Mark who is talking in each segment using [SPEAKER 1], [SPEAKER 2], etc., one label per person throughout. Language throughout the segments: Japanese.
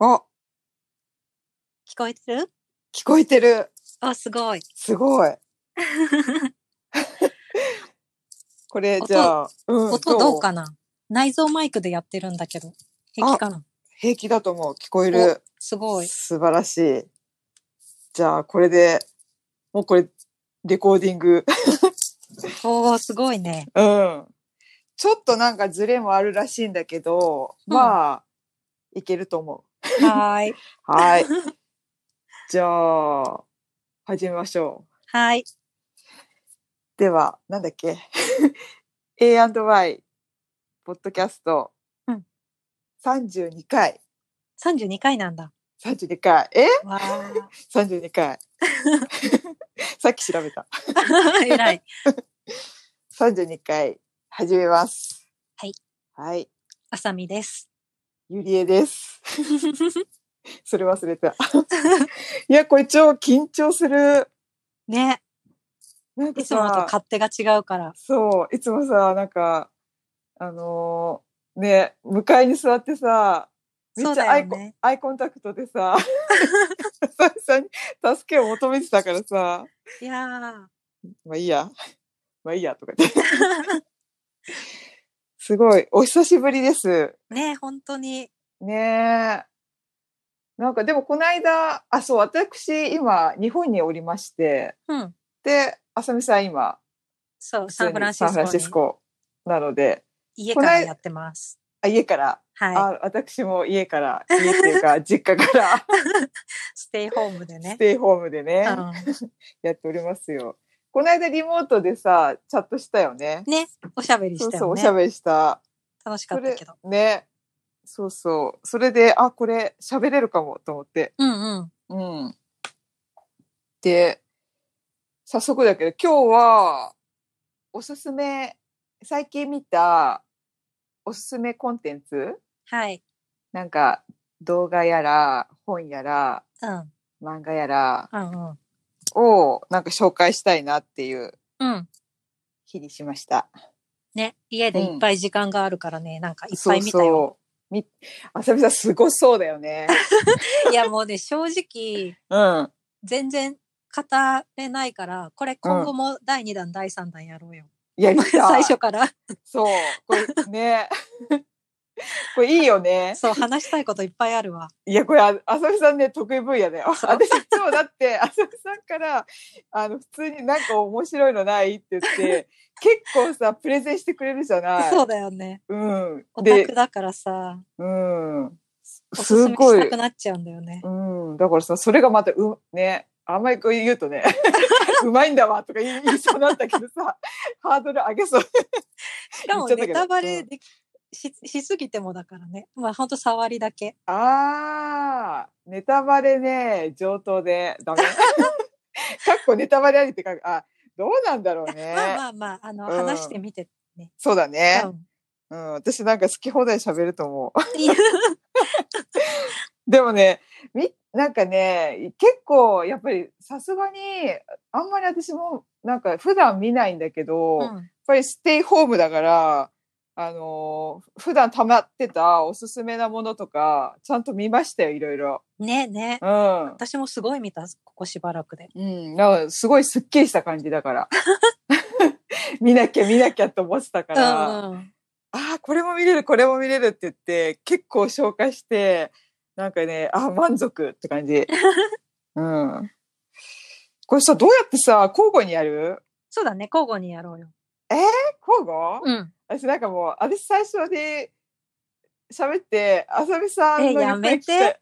[SPEAKER 1] あ、
[SPEAKER 2] 聞こえてる
[SPEAKER 1] 聞こえてる。
[SPEAKER 2] あ、すごい。
[SPEAKER 1] すごい。 これ、じゃあ、うん
[SPEAKER 2] 音どうかな内蔵マイクでやってるんだけど。平気かな
[SPEAKER 1] 平気だと思う。聞こえる。
[SPEAKER 2] すごい。
[SPEAKER 1] 素晴らしい。じゃあ、これで、もうこれ、レコーディング。
[SPEAKER 2] おー、すごいね。
[SPEAKER 1] うん。ちょっとなんかズレもあるらしいんだけど、
[SPEAKER 2] うん
[SPEAKER 1] まあ、いけると思
[SPEAKER 2] はーい。
[SPEAKER 1] う。はい。じゃあ、始めましょう。
[SPEAKER 2] はい。
[SPEAKER 1] では、なんだっけ ?A&Y、ポッドキャスト、
[SPEAKER 2] うん
[SPEAKER 1] 32回。
[SPEAKER 2] 32回なんだ。
[SPEAKER 1] 32回。え
[SPEAKER 2] わー。
[SPEAKER 1] ?32 回。さっき調べた。
[SPEAKER 2] えらい。
[SPEAKER 1] 32回、始めます。
[SPEAKER 2] はい。
[SPEAKER 1] はい。
[SPEAKER 2] あさみです。
[SPEAKER 1] ゆりえです。それ忘れた。いや、これ超緊張する。
[SPEAKER 2] ね。
[SPEAKER 1] なんか
[SPEAKER 2] いつもと
[SPEAKER 1] さ、
[SPEAKER 2] 勝手が違うから。
[SPEAKER 1] そう、いつもさ、なんか、あのーね、向かいに座ってさ、め
[SPEAKER 2] そ
[SPEAKER 1] っ
[SPEAKER 2] う
[SPEAKER 1] ちゃ
[SPEAKER 2] だ
[SPEAKER 1] ア
[SPEAKER 2] よ
[SPEAKER 1] イコン、
[SPEAKER 2] ね。
[SPEAKER 1] アイコンタクトでさ、ささんに助けを求めてたからさ、
[SPEAKER 2] いやー。
[SPEAKER 1] まあいいや、まあいいや、とか言って。 すごい、お久しぶりです。
[SPEAKER 2] ね本当に。
[SPEAKER 1] ねえ。なんかでもこの間、あ、そう、私今、日本におりまして、
[SPEAKER 2] うん。
[SPEAKER 1] で、あさみさん今、
[SPEAKER 2] そう、
[SPEAKER 1] 普通
[SPEAKER 2] サン
[SPEAKER 1] に
[SPEAKER 2] フランシ
[SPEAKER 1] サン
[SPEAKER 2] ス
[SPEAKER 1] フ
[SPEAKER 2] コ
[SPEAKER 1] ラン
[SPEAKER 2] に
[SPEAKER 1] シスコなので、
[SPEAKER 2] 家
[SPEAKER 1] こ
[SPEAKER 2] か
[SPEAKER 1] の
[SPEAKER 2] ら
[SPEAKER 1] 間
[SPEAKER 2] やってます。
[SPEAKER 1] あ家から、
[SPEAKER 2] はい。
[SPEAKER 1] あ、私も家から、家っていう か、実家から、
[SPEAKER 2] ステイホームでね
[SPEAKER 1] ス。テイホームでね、
[SPEAKER 2] うん
[SPEAKER 1] やっておりますよ。この間リモートでさ、チャットしたよね。
[SPEAKER 2] ね、おしゃべり
[SPEAKER 1] そ
[SPEAKER 2] し
[SPEAKER 1] う
[SPEAKER 2] た
[SPEAKER 1] そう、
[SPEAKER 2] よ
[SPEAKER 1] おしゃ
[SPEAKER 2] ね。
[SPEAKER 1] べりした。
[SPEAKER 2] 楽しか
[SPEAKER 1] そ
[SPEAKER 2] った
[SPEAKER 1] れ
[SPEAKER 2] けど。、
[SPEAKER 1] ね。そうそう。それで、あ、これ、喋れるかも、と思って。
[SPEAKER 2] うんう
[SPEAKER 1] う
[SPEAKER 2] ん。
[SPEAKER 1] ん。で、早速だけど、今日は、おすすめ、最近見た、おすすめコンテンツ
[SPEAKER 2] はい。
[SPEAKER 1] なんか動画やら本やら
[SPEAKER 2] うん。
[SPEAKER 1] 漫画やら
[SPEAKER 2] うんうん。
[SPEAKER 1] をなんか紹介したいなっていう
[SPEAKER 2] うん。
[SPEAKER 1] 日にしました。
[SPEAKER 2] ね、家でいっぱい時間があるからね、なんかいっぱい見た
[SPEAKER 1] そう
[SPEAKER 2] よ。
[SPEAKER 1] そう。み、あさみさんすごそうだよ ね。
[SPEAKER 2] いや、もうね、正直、
[SPEAKER 1] うん。
[SPEAKER 2] 全然語れないから、これ今後も第2弾、第3弾やろうよ。
[SPEAKER 1] やりた
[SPEAKER 2] 最
[SPEAKER 1] い。
[SPEAKER 2] 初から。
[SPEAKER 1] そう。これ ね。これいいよね。
[SPEAKER 2] そう、話したいこといっぱいあるわ。
[SPEAKER 1] いや、これ、ああさみさんね、得意分野だよ。
[SPEAKER 2] そう
[SPEAKER 1] 私いつもだって、あさみさんから、あの、普通になんか面白いのないって言って、結構さ、プレゼンしてくれるじゃない。。
[SPEAKER 2] そううだよね。
[SPEAKER 1] うん。
[SPEAKER 2] オタクだからさ、
[SPEAKER 1] うん。
[SPEAKER 2] おすす
[SPEAKER 1] す
[SPEAKER 2] め
[SPEAKER 1] ご
[SPEAKER 2] した
[SPEAKER 1] い
[SPEAKER 2] く。なっちゃうんだよね。
[SPEAKER 1] うん。だからさ、それがまた、う、ね、あんまりこう言う とね、うまいんだわとか言い言いそうなんだけどさ、ハードル上げそう。
[SPEAKER 2] しかも
[SPEAKER 1] 言っちゃった
[SPEAKER 2] ネ
[SPEAKER 1] けど
[SPEAKER 2] タバレできししすぎてもだからね。まあほんと触りだけ。
[SPEAKER 1] あー、ネタバレね、上等で、ダ メ。かっこネタバレありって書く。あ、どうなんだろうね。
[SPEAKER 2] まあまあまあ、あの、
[SPEAKER 1] うん
[SPEAKER 2] 話してみて。
[SPEAKER 1] そうだね
[SPEAKER 2] う。ん
[SPEAKER 1] うん。私なんか好き放題喋ると思う。 でもね、み、なんかね、結構、やっぱりさすがに、あんまり私も、なんか普段見ないんだけど、
[SPEAKER 2] うん
[SPEAKER 1] やっぱりステイホームだから、あのー普段溜まってたおすすめなものとか、ちゃんと見ましたよ、いろいろ。
[SPEAKER 2] ねえねえ。
[SPEAKER 1] うん。
[SPEAKER 2] 私もすごい見た、ここしばらくで。
[SPEAKER 1] うん。なんかすごいスッキリした感じだ から。見なきゃ見なきゃと思ってたか
[SPEAKER 2] う
[SPEAKER 1] ら、あ
[SPEAKER 2] んうん。
[SPEAKER 1] あ、これも見れる、これも見れるって言って、結構紹介して、なんかね、あー満足って感 じ。うん。これさ、どうやってさ、交互にやる
[SPEAKER 2] そうだね、交互にやろうよ。
[SPEAKER 1] え交互
[SPEAKER 2] うん。
[SPEAKER 1] 私なんかもう、私最初で喋って、あさみさんの
[SPEAKER 2] えやめて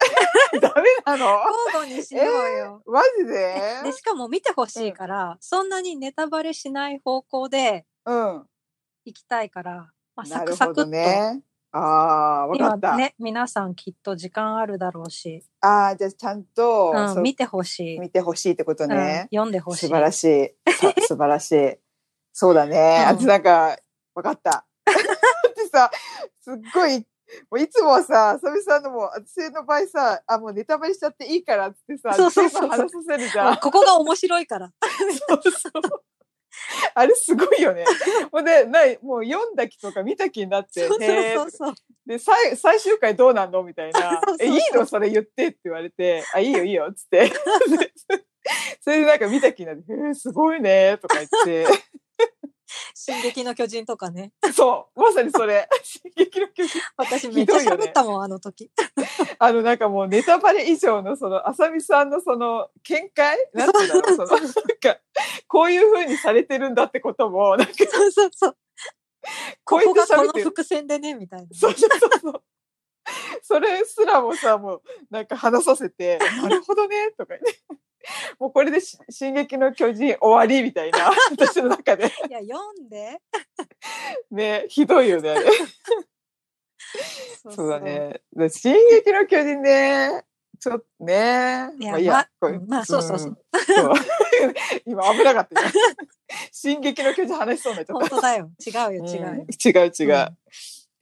[SPEAKER 1] 横に来て。 ダメなの
[SPEAKER 2] 交互にしようよ。
[SPEAKER 1] マジで
[SPEAKER 2] で、しかも見てほしいから、そんなにネタバレしない方向で
[SPEAKER 1] うん。
[SPEAKER 2] 行きたいから、まあ、
[SPEAKER 1] な
[SPEAKER 2] サ
[SPEAKER 1] る
[SPEAKER 2] クサ
[SPEAKER 1] ほ
[SPEAKER 2] ク
[SPEAKER 1] ど
[SPEAKER 2] っと。
[SPEAKER 1] ね。ああ、わかった。
[SPEAKER 2] 今ね、皆さんきっと時間あるだろうし、
[SPEAKER 1] ああ、じゃあちゃんと、
[SPEAKER 2] う
[SPEAKER 1] そ
[SPEAKER 2] ん、
[SPEAKER 1] う
[SPEAKER 2] 見てほしい、
[SPEAKER 1] 見てほしいってこと
[SPEAKER 2] うん
[SPEAKER 1] ね。
[SPEAKER 2] 読んでほしい。
[SPEAKER 1] 素晴らしい。 さ素晴らしい。そうだね。
[SPEAKER 2] うん
[SPEAKER 1] あとなんか、わかった。 でさ、すっごい、もういつもはさ、あさみさんのも、私の場合さ、あ、もうネタバレしちゃっていいからっつってさ、
[SPEAKER 2] そうそうそう
[SPEAKER 1] 全部話させるじ
[SPEAKER 2] も
[SPEAKER 1] ゃ。
[SPEAKER 2] うんここが面白 いから。
[SPEAKER 1] そうそう。 あれすごいよね。ほんで、ない、もう読んだ気とか見た気になって、
[SPEAKER 2] そう
[SPEAKER 1] へ
[SPEAKER 2] そうそうそう。
[SPEAKER 1] で、最、最終回どうなんのみたいな
[SPEAKER 2] そうそう。そ
[SPEAKER 1] え、
[SPEAKER 2] う
[SPEAKER 1] いいのそれ言ってって言われて、あ、いいよいいよ、つって。 それでなんか見た気になって、へえすごいね、とか言って。
[SPEAKER 2] 進撃の巨人とかね。
[SPEAKER 1] そう、まさにそれ。 進撃の巨人
[SPEAKER 2] 私めっちゃ
[SPEAKER 1] ひどいよね
[SPEAKER 2] 喋ったもん、あの時。
[SPEAKER 1] あの、なんかもうネタバレ以上の、その、あさみさんのその、見解なんていうんだろう、その、なんか、こういう風にされてるんだってことも、なんか、
[SPEAKER 2] そうそうそう。
[SPEAKER 1] こ
[SPEAKER 2] こ
[SPEAKER 1] うや
[SPEAKER 2] こ
[SPEAKER 1] って
[SPEAKER 2] がこ
[SPEAKER 1] 喋っ
[SPEAKER 2] の
[SPEAKER 1] てる。
[SPEAKER 2] 伏線でね、みたいな。
[SPEAKER 1] そうそうそうそう。それすらもさ、もう、なんか話させ て、なるほどね、とかね。もうこれでし、進撃の巨人終わりみたい な、私の中で。
[SPEAKER 2] いや、読んで。
[SPEAKER 1] ね、ひどいよね、あれ
[SPEAKER 2] そ
[SPEAKER 1] そうだ。ね。で進撃の巨人ね。ちょっとね。
[SPEAKER 2] いや
[SPEAKER 1] いい
[SPEAKER 2] まあ
[SPEAKER 1] これ
[SPEAKER 2] まあそうそうそうん
[SPEAKER 1] そう 今危なか ったね。進撃の巨人話しそうになっちゃっ
[SPEAKER 2] 本当だよ。違うよ、
[SPEAKER 1] た。
[SPEAKER 2] 違う
[SPEAKER 1] うん
[SPEAKER 2] よ。
[SPEAKER 1] 違う違う。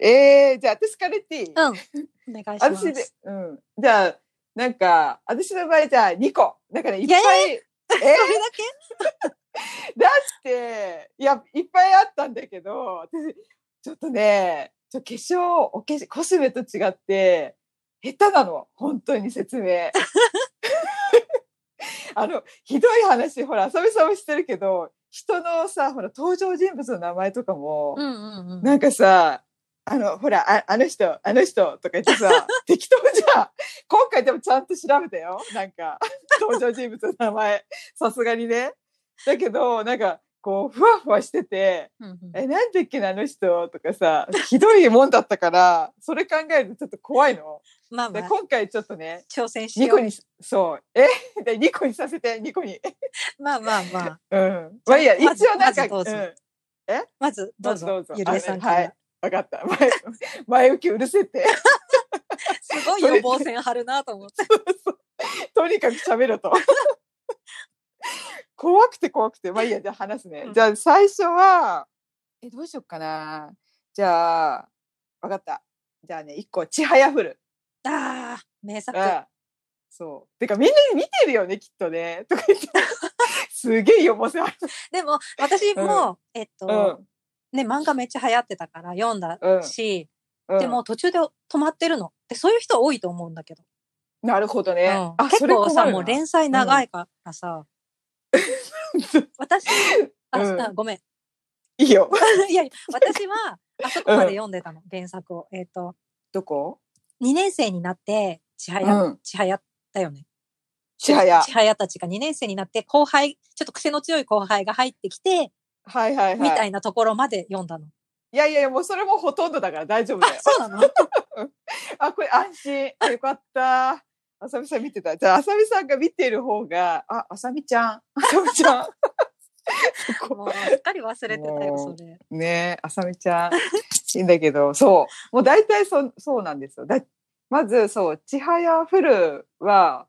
[SPEAKER 1] えー、じゃあ私から言っていい、
[SPEAKER 2] うん。お願いしま。、
[SPEAKER 1] 私ですうん。じゃあ、なんか、私の場合じゃあ2個。なんかね、いっぱい、え
[SPEAKER 2] それだけ
[SPEAKER 1] だって、いや、いっぱいあったんだけど、私、ちょっとね、ちょ化粧、お化粧、コスメと違って、下手なの、本当に説明。 あの、ひどい話、ほら、浅見さんもしてるけど、人のさ、ほら、登場人物の名前とかも、
[SPEAKER 2] うんうんうん。
[SPEAKER 1] なんかさ、あの、ほら、ああの人、あの人とか言って さ、適当じゃん。今回でもちゃんと調べたよ。なんか、登場人物の名前。さすがにね。だけど、なんか、こう、ふわふわしてて、
[SPEAKER 2] うんうん
[SPEAKER 1] え、なんだっけな、あの人とかさ、ひどいもんだったから、それ考えるとちょっと怖いの。
[SPEAKER 2] まあま
[SPEAKER 1] で
[SPEAKER 2] あ、
[SPEAKER 1] 今回ちょっとね、
[SPEAKER 2] 挑戦し
[SPEAKER 1] ニ
[SPEAKER 2] よ
[SPEAKER 1] コ
[SPEAKER 2] う。
[SPEAKER 1] に、そう、え、 でニコにさせて、ニコに。
[SPEAKER 2] まあまあまあ。
[SPEAKER 1] うん。まあいいや、一
[SPEAKER 2] まず
[SPEAKER 1] 応なんか、
[SPEAKER 2] まずどうぞ
[SPEAKER 1] ん
[SPEAKER 2] ま
[SPEAKER 1] ど
[SPEAKER 2] ず、どう
[SPEAKER 1] う
[SPEAKER 2] ぞ
[SPEAKER 1] ぞ。
[SPEAKER 2] ゆりえさんか
[SPEAKER 1] あ
[SPEAKER 2] ら
[SPEAKER 1] は。わかった。前、前置きうるせえって。
[SPEAKER 2] すごい予防線張るなと思って。
[SPEAKER 1] とにかく喋ろと。 怖くて怖くて。まあいいや、じゃあ話すね
[SPEAKER 2] う。ん
[SPEAKER 1] じゃあ最初は、え、どうしよっかな。じゃあ、わかった。じゃあね、一個、ちはやふる。
[SPEAKER 2] ああ、名作。
[SPEAKER 1] うん。そう。てかみんな見てるよね、きっとね。とか 言って。すげえよ、もせある。
[SPEAKER 2] でも、私も、えっ
[SPEAKER 1] う
[SPEAKER 2] と、ね、漫画めっちゃ流行ってたから読んだし、
[SPEAKER 1] ん。
[SPEAKER 2] でも途中で止まってるの。で、そういう人多いと思うんだけど。
[SPEAKER 1] うん、なるほどね。
[SPEAKER 2] うん
[SPEAKER 1] あ、そ
[SPEAKER 2] 結
[SPEAKER 1] れ
[SPEAKER 2] 構
[SPEAKER 1] 困
[SPEAKER 2] さ、
[SPEAKER 1] る
[SPEAKER 2] もう
[SPEAKER 1] な。
[SPEAKER 2] 連載長いからさ、私、あ、
[SPEAKER 1] うん
[SPEAKER 2] あごめん。
[SPEAKER 1] いい よ。
[SPEAKER 2] いやいや、私 は、あそこまで読んでたの、原作を。えっと、
[SPEAKER 1] どこ
[SPEAKER 2] 2年生になって、ちはや、
[SPEAKER 1] うん。
[SPEAKER 2] ちはやだよね。
[SPEAKER 1] ちはや。
[SPEAKER 2] ちはやたちが2年生になって、後輩、ちょっと癖の強い後輩が入ってきて、
[SPEAKER 1] はいはいはい。
[SPEAKER 2] みたいなところまで読んだの。
[SPEAKER 1] いやいやいや、もうそれもほとんどだから大丈夫だよ。
[SPEAKER 2] そうなの
[SPEAKER 1] あ、これ安心。あよかった。あさみさん見てた。じゃあ、あさみさんが見てる方が、あ、あさみちゃん。あさみちゃん。
[SPEAKER 2] もう、すっかり忘れてたよ、
[SPEAKER 1] も
[SPEAKER 2] そうれ。
[SPEAKER 1] ねえ、あさみちゃん。いいんだけど、そう。もう大体そ、そうなんですよ。だまず、そう、ちはやふるは、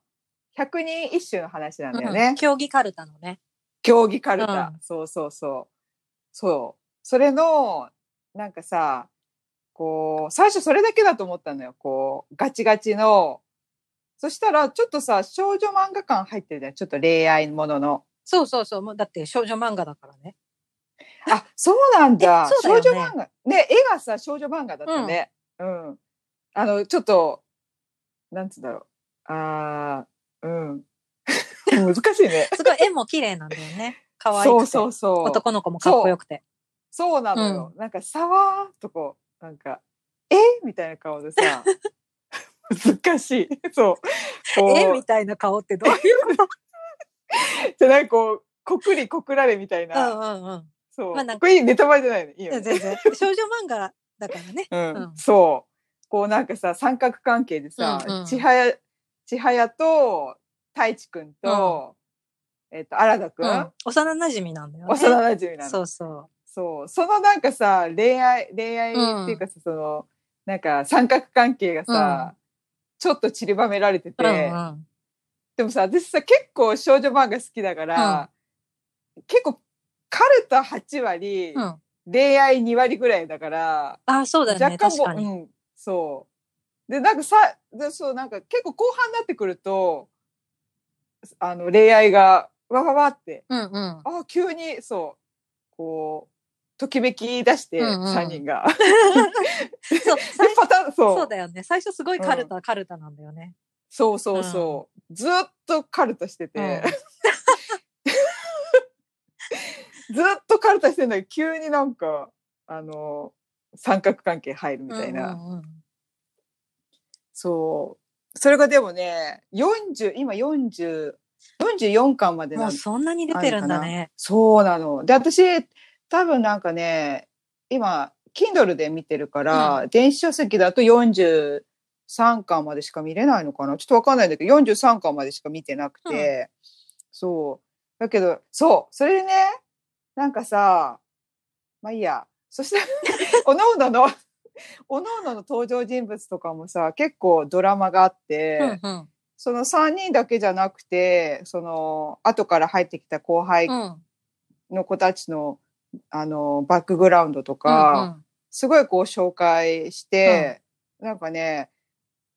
[SPEAKER 1] 百人一首の話なんだよね。
[SPEAKER 2] うん競技カルタのね。
[SPEAKER 1] 競技カルタ、
[SPEAKER 2] う
[SPEAKER 1] そうそうそう。そう。それの、なんかさ、こう、最初それだけだと思ったのよ。こう、ガチガチの。そしたら、ちょっとさ、少女漫画感入ってるじゃん。ちょっと恋愛ものの。
[SPEAKER 2] そうそうそう。もうだって少女漫画だか らね。
[SPEAKER 1] あ、そうなんだ。
[SPEAKER 2] えそうだよね
[SPEAKER 1] 少女漫画。ね、絵がさ、少女漫画だったね。うん。あの、ちょっと、なんつうんだろう。あー、うん。 難しいね。
[SPEAKER 2] すごい絵も綺麗なんだよね。可愛い
[SPEAKER 1] そうそうそう。
[SPEAKER 2] 男の子もかっこよくて。
[SPEAKER 1] そうなのよ。なんか、さわーっとこう、なんか、えみたいな顔で さ、難しい。そう。こ
[SPEAKER 2] 絵み
[SPEAKER 1] う、
[SPEAKER 2] たいな顔ってどういう
[SPEAKER 1] じゃあなんかこう、こくりこくられみたいうな。
[SPEAKER 2] んうん
[SPEAKER 1] そう。
[SPEAKER 2] まあなんか
[SPEAKER 1] これいいネタバレじゃないのいい
[SPEAKER 2] うん。
[SPEAKER 1] よ
[SPEAKER 2] 全
[SPEAKER 1] ね。
[SPEAKER 2] 然。少女漫画だからね。
[SPEAKER 1] うん、
[SPEAKER 2] うん
[SPEAKER 1] そう。こうなんかさ、三角関係でさ、
[SPEAKER 2] うんうん
[SPEAKER 1] ちはや、ちはやと、太一くんと、えっ、と、荒田くん、
[SPEAKER 2] うん。幼馴染みなんだよね。
[SPEAKER 1] 幼馴染みなの。
[SPEAKER 2] そうそう。
[SPEAKER 1] そう。そのなんかさ、恋愛、恋愛
[SPEAKER 2] うん
[SPEAKER 1] っていうかさ、その、なんか三角関係がさ、ちょっと散りばめられてて、
[SPEAKER 2] うんうん。
[SPEAKER 1] でもさ、私さ、結構少女漫画好きだから、結構、カルタ8割、
[SPEAKER 2] うん。
[SPEAKER 1] 恋愛2割ぐらいだから、
[SPEAKER 2] ああ、そうだよね。
[SPEAKER 1] 若干
[SPEAKER 2] 確
[SPEAKER 1] も、
[SPEAKER 2] かに。
[SPEAKER 1] うん、そう。で、なんかさ、でそう、なんか結構後半になってくると、あの、恋愛が、わわわって、
[SPEAKER 2] うんうん。
[SPEAKER 1] あ、急に、そう、こときめき出して、
[SPEAKER 2] うんうん
[SPEAKER 1] 3人が。
[SPEAKER 2] そ う、最
[SPEAKER 1] で、
[SPEAKER 2] 初
[SPEAKER 1] パターン、そ
[SPEAKER 2] そう
[SPEAKER 1] う。
[SPEAKER 2] だよね。最初すごいカルタ、カルタなんだよね。
[SPEAKER 1] そうそうそう。ずーっとカルタして
[SPEAKER 2] うん
[SPEAKER 1] て、 ずーっとカルタしてんだけど、急になんか、あの、三角関係入るみたいな。
[SPEAKER 2] うんうんうん
[SPEAKER 1] そう。それがでもね、40、今40、44巻まで
[SPEAKER 2] も
[SPEAKER 1] な
[SPEAKER 2] うんそんなに出てるんだね。
[SPEAKER 1] そうなの。で、私、多分なんかね、今、Kindle で見てるから、電子書籍だと43巻までしか見れないのかなちょっとわかんないんだけど、43巻までしか見てなくて、そう。だけど、そう、それでね、なんかさ、まあいいや、そして、 おのおのの、おのおのの登場人物とかもさ、結構ドラマがあって、
[SPEAKER 2] うんうん
[SPEAKER 1] その3人だけじゃなくて、その、後から入ってきた後輩
[SPEAKER 2] うん。
[SPEAKER 1] の子たちの、あの、バックグラウンドとか、すごいこう紹介して、なんかね、